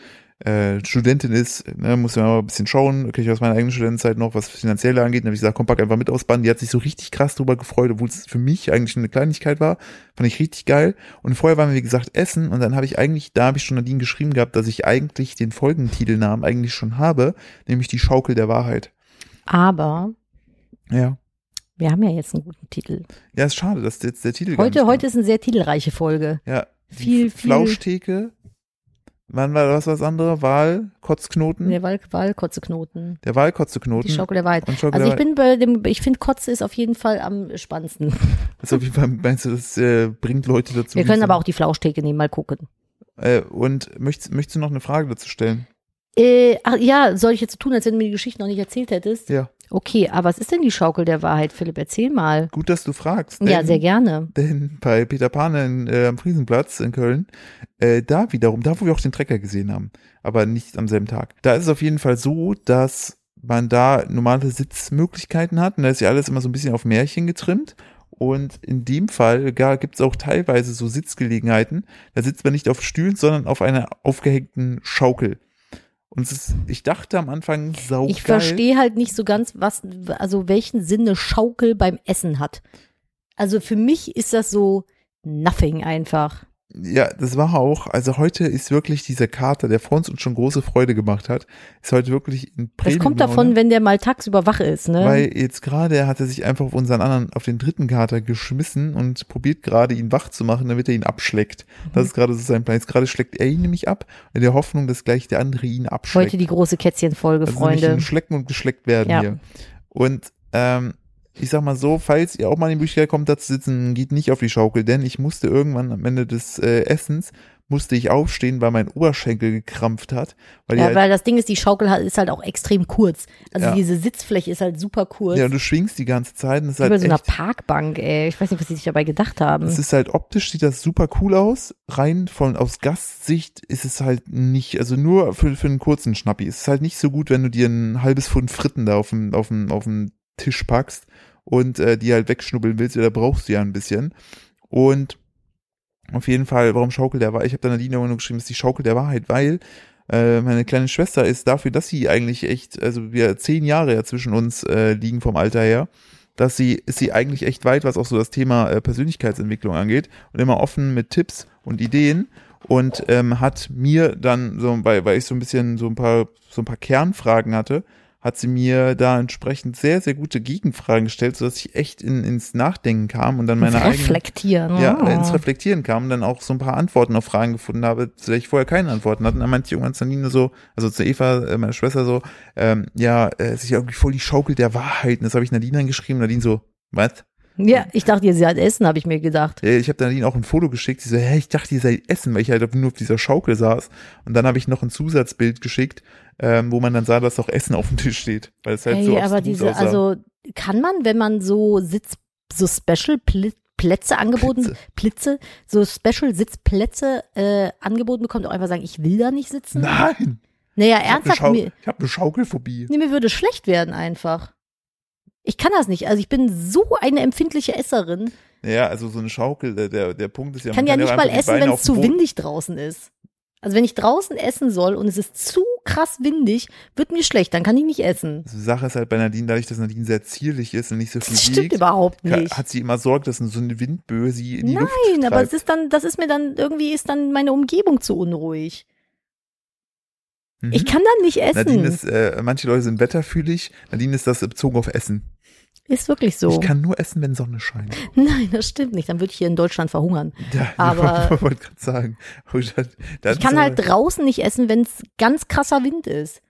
A: äh, Studentin ist, ne, muss man mal ein bisschen schauen, kriege ich aus meiner eigenen Studentenzeit noch, was finanziell angeht. Dann habe ich gesagt, komm, pack einfach mit aus Band. Die hat sich so richtig krass drüber gefreut, obwohl es für mich eigentlich eine Kleinigkeit war. Fand ich richtig geil. Und vorher waren wir, wie gesagt, essen und dann habe ich eigentlich, da habe ich schon Nadine geschrieben gehabt, dass ich eigentlich den Folgentitelnamen eigentlich schon habe, nämlich die Schaukel der Wahrheit.
B: Aber
A: Ja.
B: wir haben ja jetzt einen guten Titel.
A: Ja, ist schade, dass jetzt der Titel gar
B: Heute,
A: nicht
B: heute
A: kam.
B: ist eine sehr titelreiche Folge.
A: ja,
B: viel,
A: die genau. F-
B: viel-
A: Flauschtheke. Wann war das was andere? Wahl, Kotzknoten.
B: Der Wal Walkotzeknoten.
A: Der Wahlkotzeknoten.
B: Die Schaukel der Wahrheit.
A: Und Schaukel
B: Also
A: der
B: ich bin bei dem, ich finde Kotze ist auf jeden Fall am spannendsten.
A: Also auf jeden Fall meinst du, das äh, bringt Leute dazu.
B: Wir können
A: nicht
B: aber
A: so-
B: auch die Flauschtheke nehmen, mal gucken.
A: Äh, und möchtest, möchtest du noch eine Frage dazu stellen?
B: Äh, ach ja, soll ich jetzt so tun, als wenn du mir die Geschichte noch nicht erzählt hättest?
A: Ja.
B: Okay, aber was ist denn die Schaukel der Wahrheit, Philipp? Erzähl mal.
A: Gut, dass du fragst.
B: Ja,
A: denn-
B: sehr gerne.
A: Denn bei Peter Pan in, äh, am Friesenplatz in Köln, äh, da wiederum, da wo wir auch den Trecker gesehen haben, aber nicht am selben Tag. Da ist es auf jeden Fall so, dass man da normale Sitzmöglichkeiten hat und da ist ja alles immer so ein bisschen auf Märchen getrimmt. Und in dem Fall ja, gibt es auch teilweise so Sitzgelegenheiten. Da sitzt man nicht auf Stühlen, sondern auf einer aufgehängten Schaukel. Und es ist, ich dachte am Anfang sau
B: Ich
A: geil.
B: verstehe halt nicht so ganz, was, also welchen Sinn eine Schaukel beim Essen hat. Also für mich ist das so nothing einfach.
A: Ja, das war auch. Also heute ist wirklich dieser Kater, der vor uns uns schon große Freude gemacht hat, ist heute wirklich in
B: Das
A: Premium.
B: kommt davon, ne? wenn der mal tagsüber wach ist, ne?
A: Weil jetzt gerade hat er sich einfach auf unseren anderen, auf den dritten Kater geschmissen und probiert gerade ihn wach zu machen, damit er ihn abschleckt.
B: Mhm.
A: Das ist gerade so sein Plan. Jetzt gerade schlägt er ihn nämlich ab, in der Hoffnung, dass gleich der andere ihn abschleckt.
B: Heute die große Kätzchenfolge,
A: Also nämlich
B: Freunde.
A: ein Schlecken und geschleckt werden
B: Ja.
A: hier. Und ähm, ich sag mal so, falls ihr auch mal in die Möglichkeit kommt, da zu sitzen, geht nicht auf die Schaukel, denn ich musste irgendwann am Ende des äh, Essens musste ich aufstehen, weil mein Oberschenkel gekrampft hat, weil die
B: Ja,
A: halt,
B: weil das Ding ist, die Schaukel hat- ist halt auch extrem kurz. Also
A: Ja.
B: diese Sitzfläche ist halt super kurz.
A: ja, und du schwingst die ganze Zeit und es ist
B: Über
A: halt
B: so einer
A: echt,
B: Parkbank, ey. Ich weiß nicht, was die sich dabei gedacht haben.
A: es ist halt optisch sieht das super cool aus, rein von aus Gastsicht ist es halt nicht, also nur für, für einen kurzen Schnappi. Es ist halt nicht so gut, wenn du dir ein halbes Pfund Fritten da auf dem auf dem auf dem Tisch packst und äh, die halt wegschnubbeln willst, oder brauchst du ja ein bisschen. Und auf jeden Fall, warum Schaukel der Wahrheit? Ich habe dann Nadine auch nur geschrieben, es ist die Schaukel der Wahrheit, weil äh, meine kleine Schwester ist dafür, dass sie eigentlich echt, also wir zehn Jahre ja zwischen uns äh, liegen vom Alter her, dass sie, ist sie eigentlich echt weit, was auch so das Thema äh, Persönlichkeitsentwicklung angeht und immer offen mit Tipps und Ideen und ähm, hat mir dann so, weil, weil ich so ein bisschen so ein paar, so ein paar Kernfragen hatte, hat sie mir da entsprechend sehr, sehr gute Gegenfragen gestellt, sodass ich echt in, ins Nachdenken kam und dann meine eigenen
B: Reflektieren.
A: ja,
B: Oh.
A: ins Reflektieren kam und dann auch so ein paar Antworten auf Fragen gefunden habe, zu der ich vorher keine Antworten hatte. Und Dann meinte ich irgendwann zu Nina so, also zu Eva, äh, meine Schwester so, ähm, ja, äh, es ist ja irgendwie voll die Schaukel der Wahrheit. Und das habe ich Nadine dann geschrieben. Nadine so, was?
B: ja, ich dachte, ihr seid Essen, habe ich mir gedacht.
A: Ja, Ich habe Nadine auch ein Foto geschickt. Sie so, hä, ich dachte, ihr seid Essen, weil ich halt nur auf dieser Schaukel saß. Und dann habe ich noch ein Zusatzbild geschickt, ähm, wo man dann sah, dass auch Essen auf dem Tisch steht. Weil es halt
B: ey,
A: so
B: aber
A: abstrus
B: diese,
A: aussah.
B: also kann man, wenn man so Sitz, so Special Pl- Plätze angeboten, Plitze, so Special Sitzplätze äh, angeboten bekommt, auch einfach sagen, ich will da nicht sitzen?
A: Nein, ich habe
B: Naja,
A: eine,
B: ernsthaft,
A: Schau
B: mir,
A: ich hab eine Schaukelphobie.
B: nee, mir würde schlecht werden einfach. Ich kann das nicht. Also ich bin so eine empfindliche Esserin.
A: Ja, also so eine Schaukel, der- der, der Punkt ist ja,
B: Ich kann
A: man
B: ja
A: kann
B: nicht
A: auch
B: mal
A: einfach die
B: essen,
A: Beine
B: wenn
A: auf
B: es
A: den
B: zu
A: Boden-
B: windig draußen ist. Also wenn ich draußen essen soll und es ist zu krass windig, wird mir schlecht, dann kann ich nicht essen.
A: Also die Sache ist halt bei Nadine, dadurch, dass Nadine sehr zierlich ist und nicht so viel
B: Das stimmt
A: wiegt,
B: überhaupt
A: ka-
B: nicht.
A: hat sie immer Sorge, dass so eine Windböe sie in die Luft
B: Nein, aber es
A: treibt.
B: ist dann, das ist mir dann, irgendwie ist dann meine Umgebung zu unruhig.
A: Mhm.
B: Ich kann dann nicht essen.
A: Nadine
B: Ist,
A: ist, äh, manche Leute sind wetterfühlig, Nadine ist das bezogen auf Essen.
B: wirklich so.
A: Ich kann nur essen, wenn Sonne scheint.
B: Nein, das stimmt nicht. Dann würde ich hier in Deutschland verhungern.
A: Ja,
B: Aber-
A: ich wollte gerade sagen. Und dann- dann
B: Ich kann
A: so-
B: halt draußen nicht essen, wenn es ganz krasser Wind ist.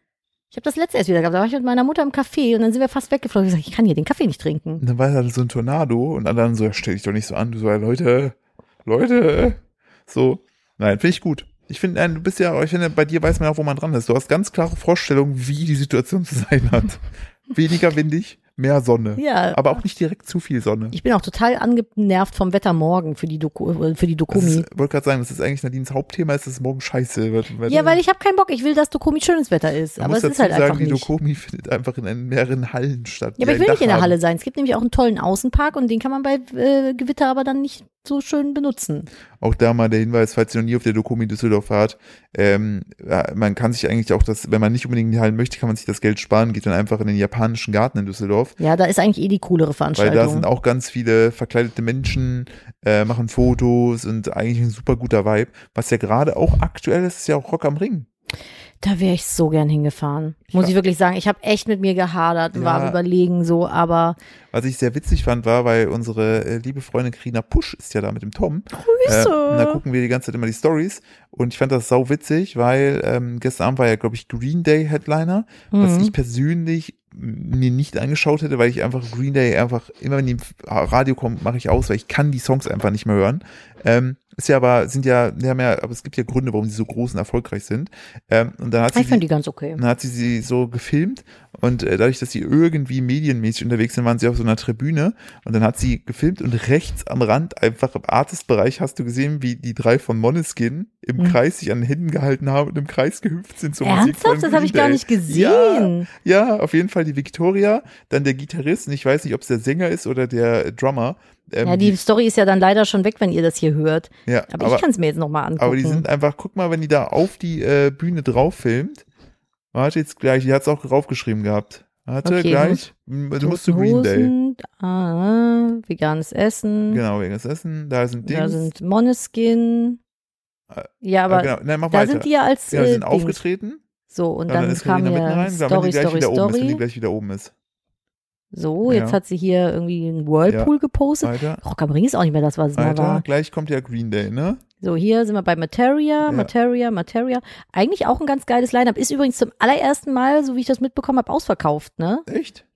B: Ich habe das letzte erst wieder gehabt. Da war ich mit meiner Mutter im Café und dann sind wir fast weggeflogen. Ich hab gesagt, ich kann hier den Kaffee nicht trinken.
A: Und dann war da so ein Tornado und anderen so, ja, stell dich doch nicht so an. Du so, ja, Leute, Leute. So. Nein, finde ich gut. Ich finde, nein, du bist ja, ich finde, bei dir weiß man auch, wo man dran ist. Du hast ganz klare Vorstellungen, wie die Situation zu sein hat. Weniger windig, mehr Sonne.
B: Ja,
A: Aber auch nicht direkt zu viel Sonne.
B: ich bin auch total angenervt vom Wetter morgen für die Doku, äh, für die
A: Ich
B: Dokumi.
A: wollte gerade sagen, das ist eigentlich Nadines Hauptthema, ist, dass es morgen scheiße wird.
B: Ja, weil ich habe keinen Bock. Ich will, dass Dokomi schönes Wetter ist.
A: äh, Man
B: aber
A: muss
B: es ist
A: dazu
B: halt
A: sagen,
B: einfach
A: die
B: nicht.
A: Dokomi findet einfach in einen- mehreren Hallen statt.
B: Ja,
A: die
B: aber ich
A: ein
B: will
A: Dach
B: nicht in der
A: haben.
B: Halle sein. Es gibt nämlich auch einen tollen Außenpark und den kann man bei äh, Gewitter aber dann nicht so schön benutzen.
A: Auch da mal der Hinweis, falls ihr noch nie auf der Dokumi Düsseldorf wart, ähm, ja, man kann sich eigentlich auch das, wenn man nicht unbedingt in die Hallen möchte, kann man sich das Geld sparen, geht dann einfach in den japanischen Garten in Düsseldorf,
B: Ja, da ist eigentlich eh die coolere
A: weil
B: Veranstaltung.
A: da sind auch ganz viele verkleidete Menschen, äh, machen Fotos und eigentlich ein super guter Vibe. Was ja gerade auch aktuell ist, ist ja auch Rock am Ring.
B: da wäre ich so gern hingefahren. Muss
A: Ja.
B: ich wirklich sagen. Ich habe echt mit mir gehadert und
A: Ja.
B: war am überlegen so, aber
A: Was ich sehr witzig fand, war, weil unsere äh, liebe Freundin Karina Pusch ist ja da mit dem Tom. Grüße! Äh, und da gucken wir die ganze Zeit immer die Stories. Und ich fand das sau witzig, weil ähm, gestern Abend war ja, glaube ich, Green Day Headliner, was
B: Mhm.
A: ich persönlich m- mir nicht angeschaut hätte, weil ich einfach ah, Green Day einfach, immer wenn die im Radio kommt, mache ich aus, weil ich kann die Songs einfach nicht mehr hören. Ähm, Ist ja aber, sind ja, die haben ja, aber es gibt ja Gründe, warum sie so groß und erfolgreich sind. Ähm, und dann hat sie
B: Ah, Ich finde die ganz okay.
A: dann hat sie sie so gefilmt und äh, dadurch, dass sie irgendwie medienmäßig unterwegs sind, waren sie auf so einer Tribüne und dann hat sie gefilmt und rechts am Rand, einfach im Artist-Bereich, hast du gesehen, wie die drei von Moneskin im
B: Mhm.
A: Kreis sich an den Händen gehalten haben und im Kreis gehüpft sind. Zur Musik von
B: Ernsthaft? Das habe ich
A: Green
B: gar
A: Day.
B: nicht gesehen.
A: Ja, ja, auf jeden Fall die Victoria, dann der Gitarrist und ich weiß nicht, ob es der Sänger ist oder der äh, Drummer. Ähm,
B: Ja, die Story ist ja dann leider schon weg, wenn ihr das hier hört.
A: ja,
B: Aber, ich kann es mir jetzt nochmal angucken.
A: Aber die sind einfach, guck mal, wenn die da auf die äh, Bühne drauf filmt. Warte jetzt gleich, die hat es auch draufgeschrieben gehabt. Warte,
B: Okay,
A: gleich. M- also Du musst zu Green Day.
B: Hosen, Ah, veganes Essen.
A: Genau, wegen das Essen. Da sind Dings.
B: Da sind Moneskin.
A: Äh,
B: Ja, aber
A: ah, genau. Nein, mach
B: da
A: weiter.
B: sind die ja als
A: genau, die
B: äh,
A: sind
B: Dings.
A: aufgetreten.
B: So, und
A: Ja,
B: dann,
A: ist
B: kam
A: Karina mitten
B: ja
A: rein. dann, wenn die
B: Story,
A: gleich
B: Story,
A: wieder oben ist, wenn die
B: Story.
A: gleich wieder oben ist.
B: So, jetzt
A: Ja.
B: hat sie hier irgendwie einen Whirlpool gepostet.
A: Weiter,
B: Rock am Ring ist auch nicht mehr das, was es mal
A: weiter.
B: war.
A: Gleich kommt ja Green Day, ne?
B: So, hier sind wir bei Materia,
A: Ja.
B: Materia, Materia. Eigentlich auch ein ganz geiles Line-Up. Ist übrigens zum allerersten Mal, so wie ich das mitbekommen habe, ausverkauft, ne?
A: Echt?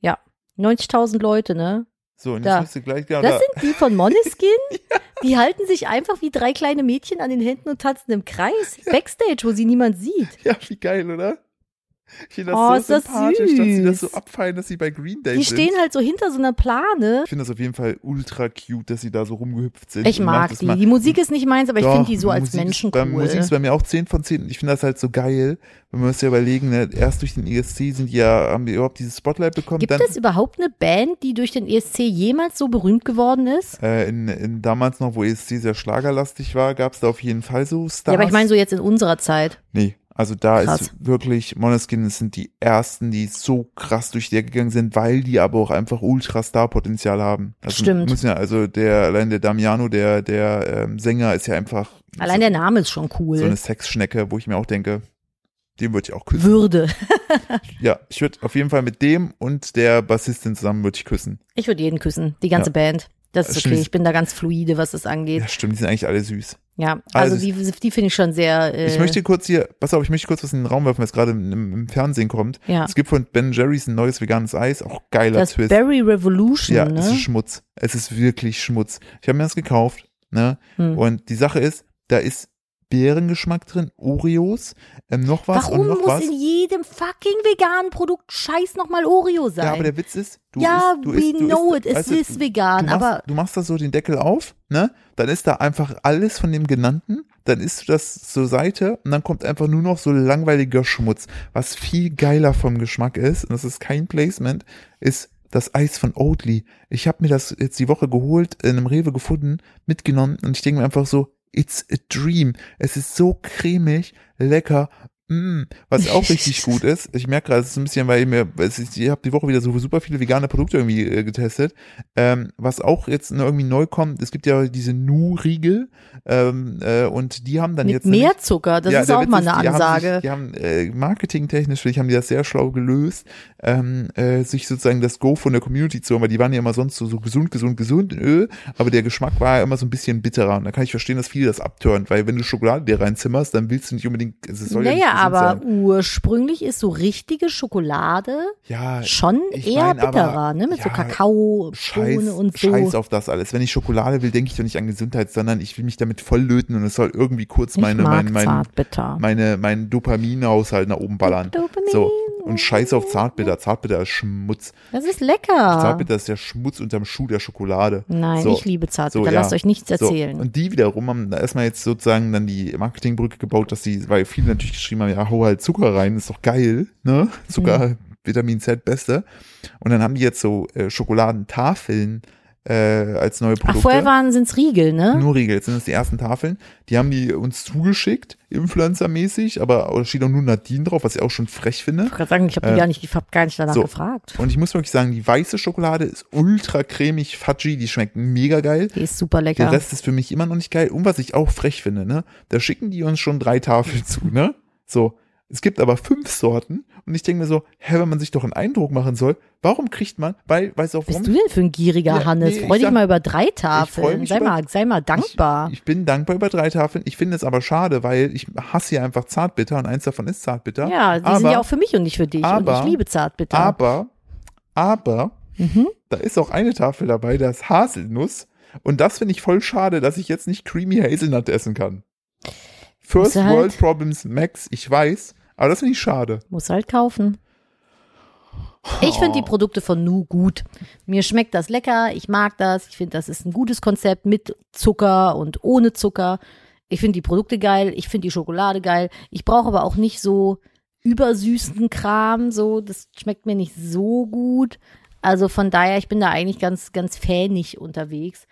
B: 90.000 Leute, ne?
A: So, und
B: Da.
A: jetzt müsste gleich, genau,
B: Das
A: da.
B: sind die von Moneskin. Die halten sich einfach wie drei kleine Mädchen an den Händen und tanzen im Kreis. Backstage, wo sie niemand sieht.
A: Ja, wie geil, oder? Ich finde das
B: Oh,
A: so
B: ist das
A: sympathisch, dass sie das so
B: süß.
A: abfeiern, dass sie bei Green Day
B: Die
A: sind.
B: stehen halt so hinter so einer Plane.
A: Ich finde das auf jeden Fall ultra cute, dass sie da so rumgehüpft sind.
B: Ich
A: Und macht
B: mag
A: das
B: die.
A: mal-
B: Die Musik ist nicht meins, aber ich
A: Doch,
B: finde die so als
A: Musik
B: Menschen
A: ist, bei,
B: cool.
A: Musik ist bei mir auch 10 von 10. Ich finde das halt so geil. Wenn wir uns ja überlegen, ne, erst durch den ESC sind die ja, haben die überhaupt dieses Spotlight bekommen.
B: Gibt
A: dann
B: es überhaupt eine Band, die durch den ESC jemals so berühmt geworden ist?
A: äh, in, in damals noch, wo ESC sehr schlagerlastig war, gab es da auf jeden Fall so Stars.
B: Ja, aber ich meine so jetzt in unserer Zeit.
A: Nee, also da
B: Krass.
A: ist wirklich, Moneskin sind die ersten, die so krass durch die Decke gegangen sind, weil die aber auch einfach Ultra-Star-Potenzial haben. Also
B: Stimmt.
A: Müssen ja, also der, allein der Damiano, der, der ähm, Sänger ist ja einfach
B: Allein der Name ist schon cool.
A: so eine Sexschnecke, wo ich mir auch denke, den würde ich auch küssen.
B: Würde.
A: Ja, ich würde auf jeden Fall mit dem und der Bassistin zusammen würde ich küssen.
B: Ich würde jeden küssen, die ganze
A: Ja. Äh,
B: Band. Das ist okay.
A: Schließ-
B: Ich bin da ganz fluide, was das angeht.
A: Ja, stimmt, die sind eigentlich alle süß.
B: Ja, also
A: Also-
B: die, die finde ich schon sehr. Äh,
A: Ich möchte kurz hier, pass auf, ich möchte kurz was in den Raum werfen, was gerade im, im im Fernsehen kommt.
B: ja,
A: Es gibt von Ben Jerry's ein neues veganes Eis, auch geiler
B: das
A: Twist.
B: Berry Revolution.
A: ja, es ist
B: ne?
A: Schmutz. Es ist wirklich Schmutz. Ich habe mir das gekauft, ne?
B: Hm.
A: Und die Sache ist, da ist Beerengeschmack drin, Oreos, ähm, noch was und
B: Warum
A: noch
B: muss
A: was.
B: in jedem fucking veganen Produkt scheiß nochmal Oreo sein?
A: Ja, aber der Witz ist, du
B: Ja,
A: isst, du
B: we
A: isst, du
B: know
A: isst,
B: it. Es
A: weißt du,
B: ist vegan,
A: du machst,
B: aber
A: du machst da so den Deckel auf, ne? Dann ist da einfach alles von dem genannten, dann isst du das zur Seite und dann kommt einfach nur noch so langweiliger Schmutz, was viel geiler vom Geschmack ist und das ist kein Placement, ist das Eis von Oatly. Ich habe mir das jetzt die Woche geholt, in einem Rewe gefunden, mitgenommen und ich denke mir einfach so, it's a dream. Es ist so cremig, lecker. Mm, was auch richtig gut ist, ich merke gerade, es ist ein bisschen, weil ich mir, es ist- ich habe die Woche wieder so super viele vegane Produkte irgendwie äh, getestet. Ähm, was auch jetzt irgendwie neu kommt, es gibt ja diese Nu-Riegel ähm, äh, und die haben dann
B: mit
A: jetzt
B: mehr Zucker, das
A: ja,
B: ist
A: der
B: auch
A: Witz
B: mal eine
A: die
B: Ansage.
A: Haben sich, die haben äh, marketingtechnisch, finde ich, haben die das sehr schlau gelöst, ähm, äh, sich sozusagen das Go von der Community zu holen, weil die waren ja immer sonst so, so gesund, gesund, gesund, öh, aber der Geschmack war ja immer so ein bisschen bitterer. Und da kann ich verstehen, dass viele das abtören, weil wenn du Schokolade dir reinzimmerst, dann willst du nicht unbedingt, es soll ja
B: naja,
A: nicht gesund
B: aber
A: sein.
B: ursprünglich ist so richtige Schokolade
A: Ja,
B: schon
A: ich
B: eher
A: mein, aber-
B: bitterer, ne? Mit so
A: ja,
B: Kakao,
A: Scheiß,
B: Bohne und so.
A: Scheiß auf das alles. Wenn ich Schokolade will, denke ich doch nicht an Gesundheit, sondern ich will mich damit volllöten und es soll irgendwie kurz
B: ich
A: meine,
B: mag
A: mein, mein,
B: zartbitter.
A: meine, meinen Dopaminhaushalt nach oben ballern.
B: Dopamin.
A: So. Und scheiß auf Zartbitter. Zartbitter ist Schmutz.
B: Das ist lecker.
A: Zartbitter ist der Schmutz unterm Schuh der Schokolade.
B: Ah. Nein,
A: So.
B: ich liebe
A: So,
B: Zartbitter.
A: ja.
B: Lasst euch nichts
A: So,
B: erzählen.
A: und die wiederum haben da erstmal jetzt sozusagen dann die Marketingbrücke gebaut, dass sie, weil viele natürlich geschrieben haben, ja, hau halt Zucker rein, ist doch geil, ne? Zucker,
B: Mhm.
A: Vitamin Z, beste. Und dann haben die jetzt so äh, Schokoladentafeln äh, als neue Produkte.
B: Ach, vorher waren sind's Riegel, ne?
A: Nur Riegel, jetzt sind das die ersten Tafeln. Die haben die uns zugeschickt, Influencer-mäßig, aber da steht auch nur Nadine drauf, was ich auch schon frech finde.
B: ich wollte gerade sagen, ich habe
A: Äh,
B: gar nicht, ich habe gar nicht danach
A: so.
B: gefragt.
A: Und ich muss wirklich sagen, die weiße Schokolade ist ultra cremig, fudgy, die schmeckt mega geil.
B: Die ist super
A: Der
B: lecker.
A: Rest ist für mich immer noch nicht geil. Und was ich auch frech finde, ne? Da schicken die uns schon drei Tafeln zu, ne? So. Es gibt aber fünf Sorten und ich denke mir so, hä, wenn man sich doch einen Eindruck machen soll, warum kriegt man, weil, weißt du auch, warum
B: Bist du denn für ein gieriger
A: Ja,
B: Hannes?
A: nee,
B: Freu
A: ich
B: dich
A: sag-
B: mal über drei
A: freu
B: Tafeln.
A: mich
B: Sei
A: über-
B: mal, sei mal dankbar.
A: Ich, ich bin dankbar über drei Tafeln. Ich finde es aber schade, weil ich hasse ja einfach Zartbitter und eins davon ist Zartbitter.
B: ja, die
A: aber,
B: sind ja auch für mich und nicht für dich. und
A: aber-
B: ich liebe Zartbitter. Mhm.
A: Aber, aber, da ist auch eine Tafel dabei, da ist Haselnuss. Und das finde ich voll schade, dass ich jetzt nicht Creamy Hazelnut essen kann. First
B: Muss halt-
A: World Problems Max, ich weiß, aber das finde ich schade.
B: Muss halt kaufen. Ich finde die
A: Oh,
B: Produkte von Nu gut. Mir schmeckt das lecker, ich mag das, ich finde, das ist ein gutes Konzept mit Zucker und ohne Zucker. Ich finde die Produkte geil, ich finde die Schokolade geil. Ich brauche aber auch nicht so übersüßen Kram, so, das schmeckt mir nicht so gut. Also von daher, ich bin da eigentlich ganz, ganz fähnig unterwegs.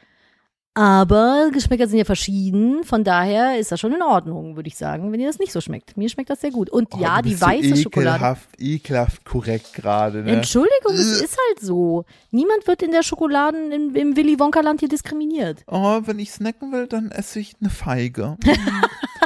B: Aber Geschmäcker sind ja verschieden, von daher ist das schon in Ordnung, würde ich sagen, wenn ihr das nicht so schmeckt. Mir schmeckt das sehr gut. Und
A: Oh,
B: ja,
A: du
B: die
A: bist so
B: weiße Schokolade.
A: Ekelhaft, ekelhaft korrekt gerade, ne?
B: Entschuldigung, es ist halt so. Niemand wird in der Schokoladen im, im Willy Wonka Land hier diskriminiert.
A: Oh, wenn ich snacken will, dann esse ich eine Feige.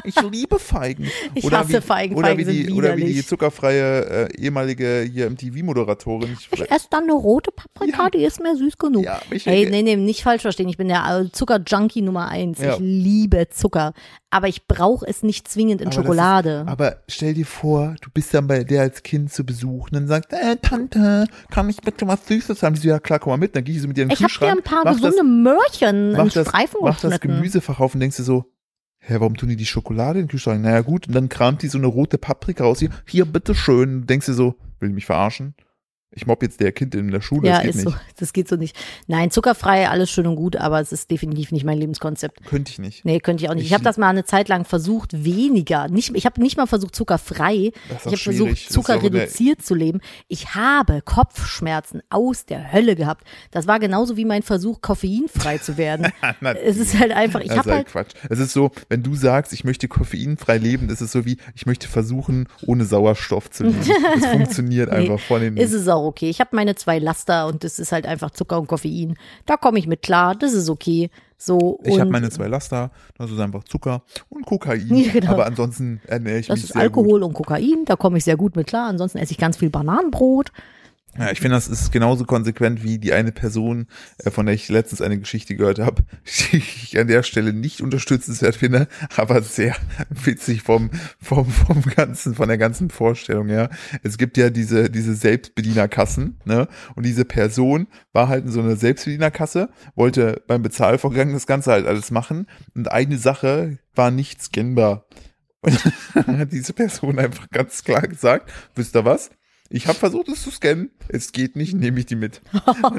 A: Ich liebe Feigen.
B: Ich
A: oder
B: hasse
A: wie,
B: Feigen.
A: Oder,
B: Feigen
A: wie die,
B: sind
A: oder wie die
B: widerlich.
A: zuckerfreie äh, ehemalige hier MTV-Moderatorin. Ich,
B: Ich esse dann eine rote Paprika,
A: Ja.
B: die ist mir süß genug.
A: Ja, ich-
B: Ey, nee, nee, nicht falsch verstehen. Ich bin der äh, Zucker-Junkie Nummer eins.
A: Ja.
B: Ich liebe Zucker. Aber ich brauche es nicht zwingend in
A: Aber das
B: Schokolade.
A: Ist, aber stell dir vor, du bist dann bei der als Kind zu besuchen und dann sagt, äh, Tante, kann ich bitte was Süßes haben? Die so, ja klar, komm mal mit. Dann gehe ich so mit dir in den
B: ich habe dir
A: Kühlschrank,
B: ein paar
A: mach
B: gesunde Möhrchen
A: das, mach
B: in
A: das,
B: Streifen
A: mach das
B: geschnitten.
A: Gemüsefach auf und denkst dir so, hä, warum tun die die Schokolade in den Kühlschrank? Naja gut, und dann kramt die so eine rote Paprika raus. Hier, hier bitteschön. Und denkst dir so, will die mich verarschen? Ich mobb jetzt der Kind in der Schule,
B: ja,
A: das geht nicht.
B: ist so. Das geht so nicht. Nein, zuckerfrei, alles schön und gut, aber es ist definitiv nicht mein Lebenskonzept.
A: Könnte ich nicht.
B: Nee, könnte ich auch nicht. Ich,
A: Ich-
B: habe das mal eine Zeit lang versucht, weniger. Nicht, ich habe nicht mal versucht, zuckerfrei.
A: Das ist
B: ich
A: auch
B: habe versucht,
A: schwierig. Das ist auch in der-
B: zuckerreduziert zu leben. Ich habe Kopfschmerzen aus der Hölle gehabt. Das war genauso wie mein Versuch, koffeinfrei zu werden.
A: Na,
B: es ist halt einfach, ich
A: das ist
B: habe
A: halt
B: halt,
A: Quatsch. Es ist so, wenn du sagst, ich möchte koffeinfrei leben, ist es so wie, ich möchte versuchen, ohne Sauerstoff zu leben. Das funktioniert einfach von den
B: ist es auch okay. Ich habe meine zwei Laster und das ist halt einfach Zucker und Koffein. Da komme ich mit klar, das ist okay. So,
A: Ich habe
B: und
A: meine zwei Laster, das ist einfach Zucker und Kokain.
B: Ja, genau.
A: Aber ansonsten ernähre ich
B: das
A: mich
B: ist
A: sehr gut.
B: Alkohol und Kokain, da komme ich sehr gut mit klar. Ansonsten esse ich ganz viel Bananenbrot.
A: Ja, ich finde, das ist genauso konsequent wie die eine Person, äh, von der ich letztens eine Geschichte gehört habe, die ich an der Stelle nicht unterstützenswert finde, aber sehr witzig vom, vom, vom ganzen, von der ganzen Vorstellung, ja. Es gibt ja diese, diese Selbstbedienerkassen, ne? Und diese Person war halt in so einer Selbstbedienerkasse, wollte beim Bezahlvorgang das Ganze halt alles machen und eine Sache war nicht scannbar. Und dann hat diese Person einfach ganz klar gesagt, wisst ihr was? Ich habe versucht, es zu scannen. Es geht nicht, nehme ich die mit.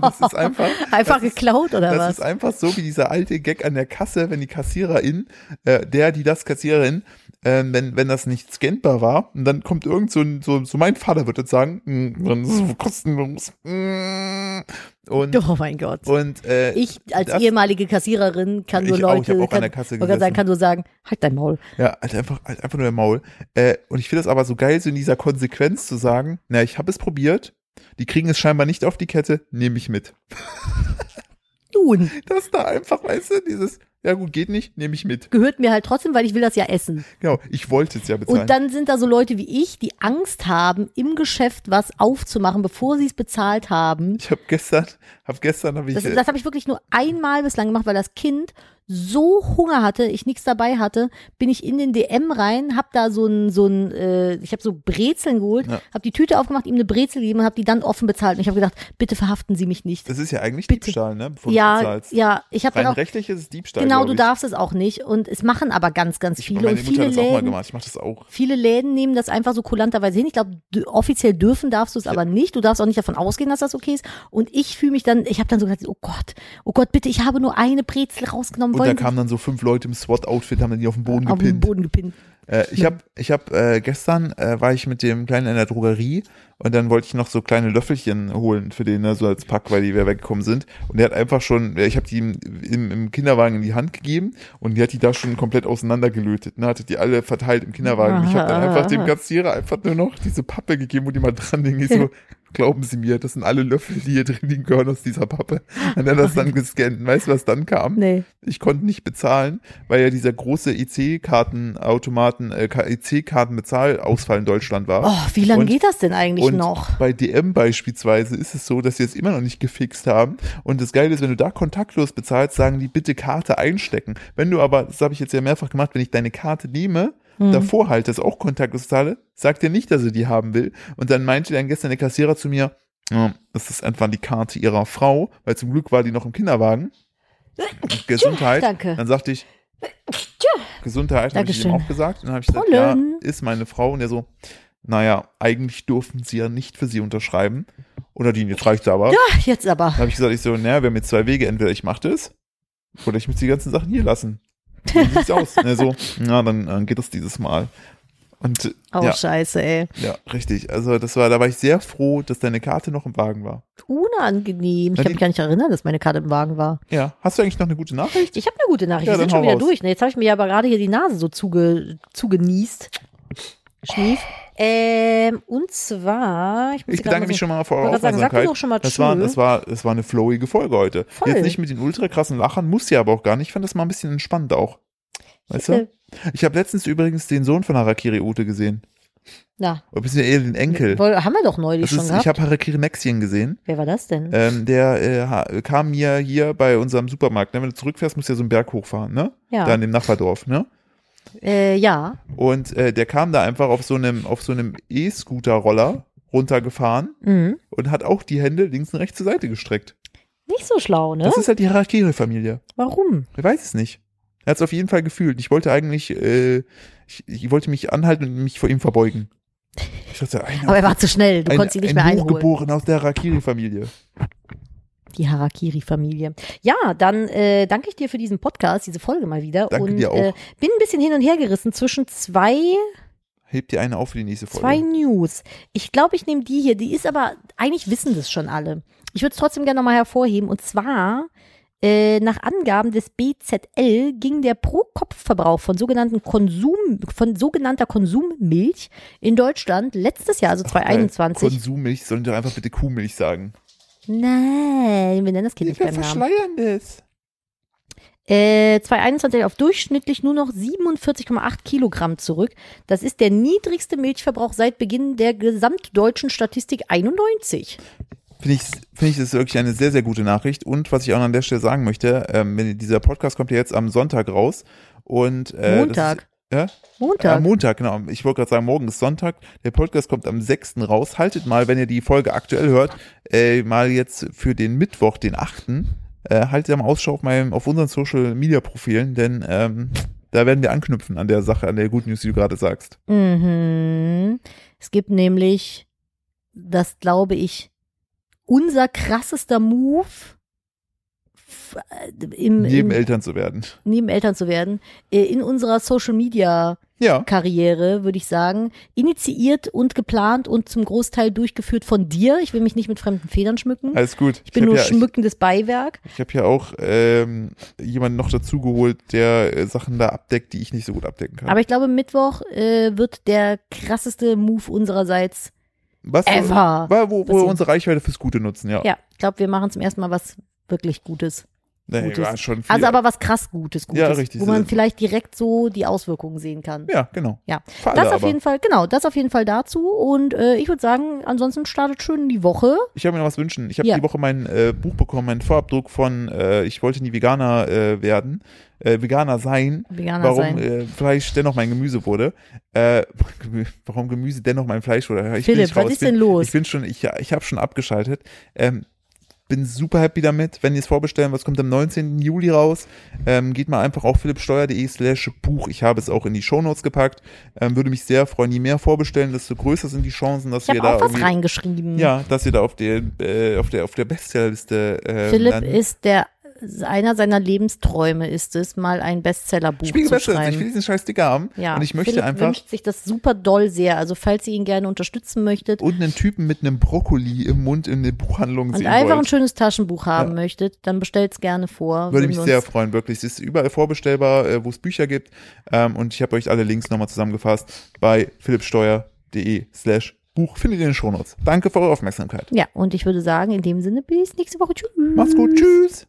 A: Das ist einfach.
B: Einfach
A: das ist-
B: geklaut oder
A: das
B: was?
A: ist einfach so wie dieser alte Gag an der Kasse, wenn die Kassiererin, äh, der, die das Kassiererin, äh, wenn, wenn das nicht scannbar war, und dann kommt irgend so ein, so, so mein Vater wird jetzt sagen, "Mm, dann ist es kostenlos. Mm." Und,
B: Oh mein Gott.
A: und äh,
B: Ich als
A: das-
B: ehemalige Kassiererin kann
A: Ich
B: nur
A: auch,
B: Leute,
A: ich hab auch
B: kann,
A: an der Kasse
B: wollte gerade
A: gesessen.
B: sagen, kann nur sagen, halt dein Maul.
A: Ja, halt einfach, halt einfach nur im Maul. Äh, und ich finde das aber so geil, so in dieser Konsequenz zu sagen, na, ich habe es probiert, die kriegen es scheinbar nicht auf die Kette, nehme ich mit.
B: Nun,
A: Das da einfach, weißt du, dieses, ja gut, geht nicht, nehme ich mit.
B: gehört mir halt trotzdem, weil ich will das ja essen.
A: Genau, ich wollte es ja bezahlen.
B: Und dann sind da so Leute wie ich, die Angst haben, im Geschäft was aufzumachen, bevor sie es bezahlt haben.
A: ich habe gestern, hab gestern habe ich,
B: Das,
A: äh,
B: das habe ich wirklich nur einmal bislang gemacht, weil das Kind so Hunger hatte, ich nichts dabei hatte, bin ich in den DM rein, hab da so ein, so ein, äh, ich habe so Brezeln geholt,
A: Ja.
B: hab die Tüte aufgemacht, ihm eine Brezel gegeben und hab die dann offen bezahlt. Und ich habe gedacht, bitte verhaften Sie mich nicht.
A: das ist ja eigentlich
B: Bitte.
A: Diebstahl, ne? Bevor du
B: Ja,
A: bezahlst.
B: ja, ich habe
A: Rein
B: dann auch
A: rechtlich ist es Diebstahl.
B: Genau,
A: glaub
B: du
A: ich.
B: darfst es auch nicht. Und es machen aber ganz, ganz
A: Ich,
B: viele.
A: meine
B: und
A: Mutter
B: viele
A: hat das auch mal
B: Läden,
A: gemacht, ich mache das auch.
B: viele Läden nehmen das einfach so kulanterweise hin. Ich glaube, d- offiziell dürfen darfst du es aber nicht. Du darfst auch nicht davon ausgehen, dass das okay ist. Und ich fühle mich dann, ich habe dann so gedacht, oh Gott, oh Gott, bitte, ich habe nur eine Brezel rausgenommen.
A: Und da
B: Wollen Sie
A: kamen dann so fünf Leute im SWAT-Outfit, haben dann die auf den Boden
B: auf den
A: gepinnt.
B: Boden gepinnt.
A: Äh, ich habe ich hab, äh, gestern äh, war ich mit dem Kleinen in der Drogerie und dann wollte ich noch so kleine Löffelchen holen für den, ne, so als Pack, weil die wieder weggekommen sind. Und der hat einfach schon, ich habe die ihm im, im Kinderwagen in die Hand gegeben und die hat die da schon komplett auseinandergelötet. Ne, hatte die alle verteilt im Kinderwagen. Ich habe dann einfach dem Kassierer einfach nur noch diese Pappe gegeben, wo die mal dran hing. Ich so, glauben Sie mir, das sind alle Löffel, die hier drin liegen, gehören aus dieser Pappe. Und dann hat das dann gescannt. Und Weißt du, was dann kam?
B: Nee.
A: ich konnte nicht bezahlen, weil ja dieser große EC-Kartenautomaten, äh, EC-Kartenbezahlausfall in Deutschland war.
B: Oh, wie lange
A: Und-
B: geht das denn eigentlich
A: und
B: noch?
A: bei DM beispielsweise ist es so, dass sie es immer noch nicht gefixt haben. Und das Geile ist, wenn du da kontaktlos bezahlst, sagen die bitte Karte einstecken. Wenn du aber, das habe ich jetzt ja mehrfach gemacht, wenn ich deine Karte nehme,
B: Hm.
A: davor halte, das auch kontaktlos zahle, sagt er nicht, dass er die haben will. Und dann meinte dann gestern der Kassierer zu mir, "Ja, das ist einfach die Karte ihrer Frau, weil zum Glück war die noch im Kinderwagen. Gesundheit.
B: Danke.
A: Dann sagte ich, Gesundheit, habe ich ihm
B: Dankeschön.
A: auch gesagt. Und dann habe ich gesagt, ja,
B: Pollen.
A: ist meine Frau. Und er so, naja, eigentlich durften sie ja nicht für sie unterschreiben. Oder die, jetzt reicht's aber.
B: Ach, jetzt aber.
A: Dann habe ich gesagt, ich so, naja, wir haben jetzt zwei Wege. Entweder ich mache das oder ich muss die ganzen Sachen hier lassen. Wie sieht's aus? Und er so, na, dann äh, geht das dieses Mal. Und äh,
B: Oh,
A: ja,
B: scheiße, ey.
A: ja, richtig. Also das war, da war ich sehr froh, dass deine Karte noch im Wagen war.
B: Unangenehm. Ich
A: Na,
B: kann
A: die-
B: mich gar nicht erinnern, dass meine Karte im Wagen war.
A: Ja. Hast du eigentlich noch eine gute Nachricht?
B: Ich habe eine gute Nachricht.
A: Ja,
B: Wir
A: dann
B: sind schon
A: hau
B: wieder
A: raus.
B: durch. Ne? Jetzt habe ich mir ja aber gerade hier die Nase so zuge, zugenießt. Schnief. Ähm, und zwar. muss
A: Ich
B: hier gerade
A: bedanke
B: mal
A: mich
B: so-
A: schon mal für
B: wollte
A: eure
B: gerade sagen, sag
A: Aufmerksamkeit.
B: mir doch schon mal
A: das, war,
B: tschö.
A: das, war, das war eine flowige Folge heute.
B: Voll.
A: Jetzt nicht mit den ultra krassen Lachern, muss ja aber auch gar nicht. Ich fand das mal ein bisschen entspannt auch. Weißt
B: Äh,
A: du? Ich habe letztens übrigens den Sohn von Harakiri Ute gesehen.
B: Na,
A: Oder bisschen eher den Enkel.
B: woll- haben wir doch neulich
A: Das
B: schon
A: ist, ich
B: gehabt.
A: habe Harakiri Maxien gesehen.
B: Wer war das denn?
A: Ähm, der äh, ha- kam mir hier bei unserem Supermarkt. Ne? Wenn du zurückfährst, musst du ja so einen Berg hochfahren, ne?
B: Ja.
A: Da in dem Nachbardorf, ne?
B: Äh, ja.
A: Und äh, der kam da einfach auf so einem auf so einem E-Scooter-Roller runtergefahren
B: Mhm.
A: und hat auch die Hände links und rechts zur Seite gestreckt.
B: Nicht so schlau, ne?
A: Das ist halt die Harakiri-Familie.
B: Warum?
A: Ich weiß es nicht. Er hat es auf jeden Fall gefühlt. Ich wollte eigentlich, äh, ich, ich wollte mich anhalten und mich vor ihm verbeugen. Ich dachte, ein,
B: Aber er war zu schnell. Du konntest ihn nicht
A: ein
B: mehr einholen.
A: Hochgeboren aus der Harakiri-Familie.
B: Die Harakiri-Familie. Ja, dann äh, danke ich dir für diesen Podcast, diese Folge mal wieder.
A: Danke
B: und
A: dir auch.
B: Äh, bin ein bisschen hin und her gerissen zwischen zwei
A: Hebt dir eine auf für die nächste
B: Zwei
A: Folge.
B: News. Ich glaube, ich nehme die hier. Die ist aber, eigentlich wissen das schon alle. Ich würde es trotzdem gerne nochmal hervorheben. Und zwar, äh, nach Angaben des BZL ging der Pro-Kopf-Verbrauch von sogenannten Konsum, von sogenannter Konsummilch in Deutschland letztes Jahr, also 2021.
A: Konsummilch, Äh, sollen wir einfach bitte Kuhmilch sagen.
B: Nein, wir nennen das Kind nicht beim Namen.
A: Verschleierndes.
B: Äh, 2021 auf durchschnittlich nur noch 47,8 Kilogramm zurück. Das ist der niedrigste Milchverbrauch seit Beginn der gesamtdeutschen Statistik 91.
A: Finde ich, finde ich, das ist wirklich eine sehr, sehr gute Nachricht. Und was ich auch an der Stelle sagen möchte, ähm, wenn- dieser Podcast kommt ja jetzt am Sonntag raus. Und, äh,
B: Montag.
A: Das ist, ja?
B: Montag.
A: Am Montag, genau. Ich wollte gerade sagen, morgen ist Sonntag. Der Podcast kommt am 6. raus. Haltet mal, wenn ihr die Folge aktuell hört, äh, mal jetzt für den Mittwoch, den 8. Äh, haltet am Ausschau auf, meinem, auf unseren Social Media Profilen, denn ähm, da werden wir anknüpfen an der Sache, an der Good News, die du gerade sagst.
B: Mhm. Es gibt nämlich, das glaube ich, unser krassester Move f- äh, im,
A: Neben
B: im,
A: Eltern zu werden.
B: neben Eltern zu werden, äh, in unserer Social Media
A: Ja,
B: Karriere, würde ich sagen, initiiert und geplant und zum Großteil durchgeführt von dir. Ich will mich nicht mit fremden Federn schmücken.
A: alles gut.
B: ich bin
A: Also, hab
B: nur
A: ja,
B: schmückendes Beiwerk.
A: Ich, ich habe ja auch ähm, jemanden noch dazu geholt, der äh, Sachen da abdeckt, die ich nicht so gut abdecken kann.
B: Aber ich glaube, Mittwoch äh, wird der krasseste Move unsererseits
A: Was,
B: ever.
A: Wo, wo, wo wir
B: Bisschen.
A: unsere Reichweite fürs Gute nutzen, ja.
B: Ja, ich glaube, wir machen zum ersten Mal was wirklich Gutes.
A: nee,
B: Gutes.
A: war schon viel.
B: Also aber was krass Gutes, Gutes,
A: Ja, richtig.
B: wo man vielleicht direkt so die Auswirkungen sehen kann.
A: ja, genau.
B: Ja.
A: Für alle
B: das auf
A: aber.
B: jeden Fall, genau, das auf jeden Fall dazu. Und äh, ich würde sagen, ansonsten startet schön in die Woche.
A: Ich habe mir noch was wünschen. Ich habe
B: Ja.
A: die Woche mein äh, Buch bekommen, meinen Vorabdruck von äh, Ich wollte nie Veganer äh, werden, äh, Veganer sein,
B: Veganer
A: warum
B: sein.
A: Äh, Fleisch dennoch mein Gemüse wurde, äh, Gemü warum Gemüse dennoch mein Fleisch wurde. Ich bin
B: Philipp,
A: nicht
B: was
A: raus.
B: ist
A: Ich bin,
B: denn los?
A: Ich bin schon, ich, ich habe schon abgeschaltet. Ähm, bin super happy damit, wenn ihr es vorbestellen, was kommt am 19. Juli raus, ähm, geht mal einfach auf philippsteuer.de slash Buch, ich habe es auch in die Shownotes gepackt, ähm, würde mich sehr freuen, je mehr vorbestellen, desto größer sind die Chancen, dass
B: Ich habe
A: wir da
B: auch was
A: irgendwie
B: reingeschrieben.
A: ja, dass ihr da auf der, äh, auf der, auf der Bestsellerliste. Äh,
B: Philipp ist der einer seiner Lebensträume ist es, mal ein Bestsellerbuch
A: Spiegel
B: zu
A: Bestseller. Ich will
B: schreiben.
A: diesen scheiß Sticker haben.
B: Ja,
A: und ich möchte
B: Philipp
A: einfach
B: wünscht sich das super doll sehr. Also falls ihr ihn gerne unterstützen möchtet
A: und einen Typen mit einem Brokkoli im Mund in der Buchhandlung
B: und
A: Oh, sehen
B: einfach ein
A: wollt.
B: schönes Taschenbuch haben
A: Ja.
B: möchtet, dann bestellt es gerne vor.
A: Würde
B: Würden
A: mich
B: wir
A: sehr
B: uns-
A: freuen, wirklich. Es ist überall vorbestellbar, äh, wo es Bücher gibt. Ähm, und ich habe euch alle Links nochmal zusammengefasst bei philippsteuer.de slash Buch. Findet ihr in den Shownotes. Danke für eure Aufmerksamkeit.
B: Ja, und ich würde sagen, in dem Sinne bis nächste Woche. Tschüss.
A: Macht's gut. Tschüss.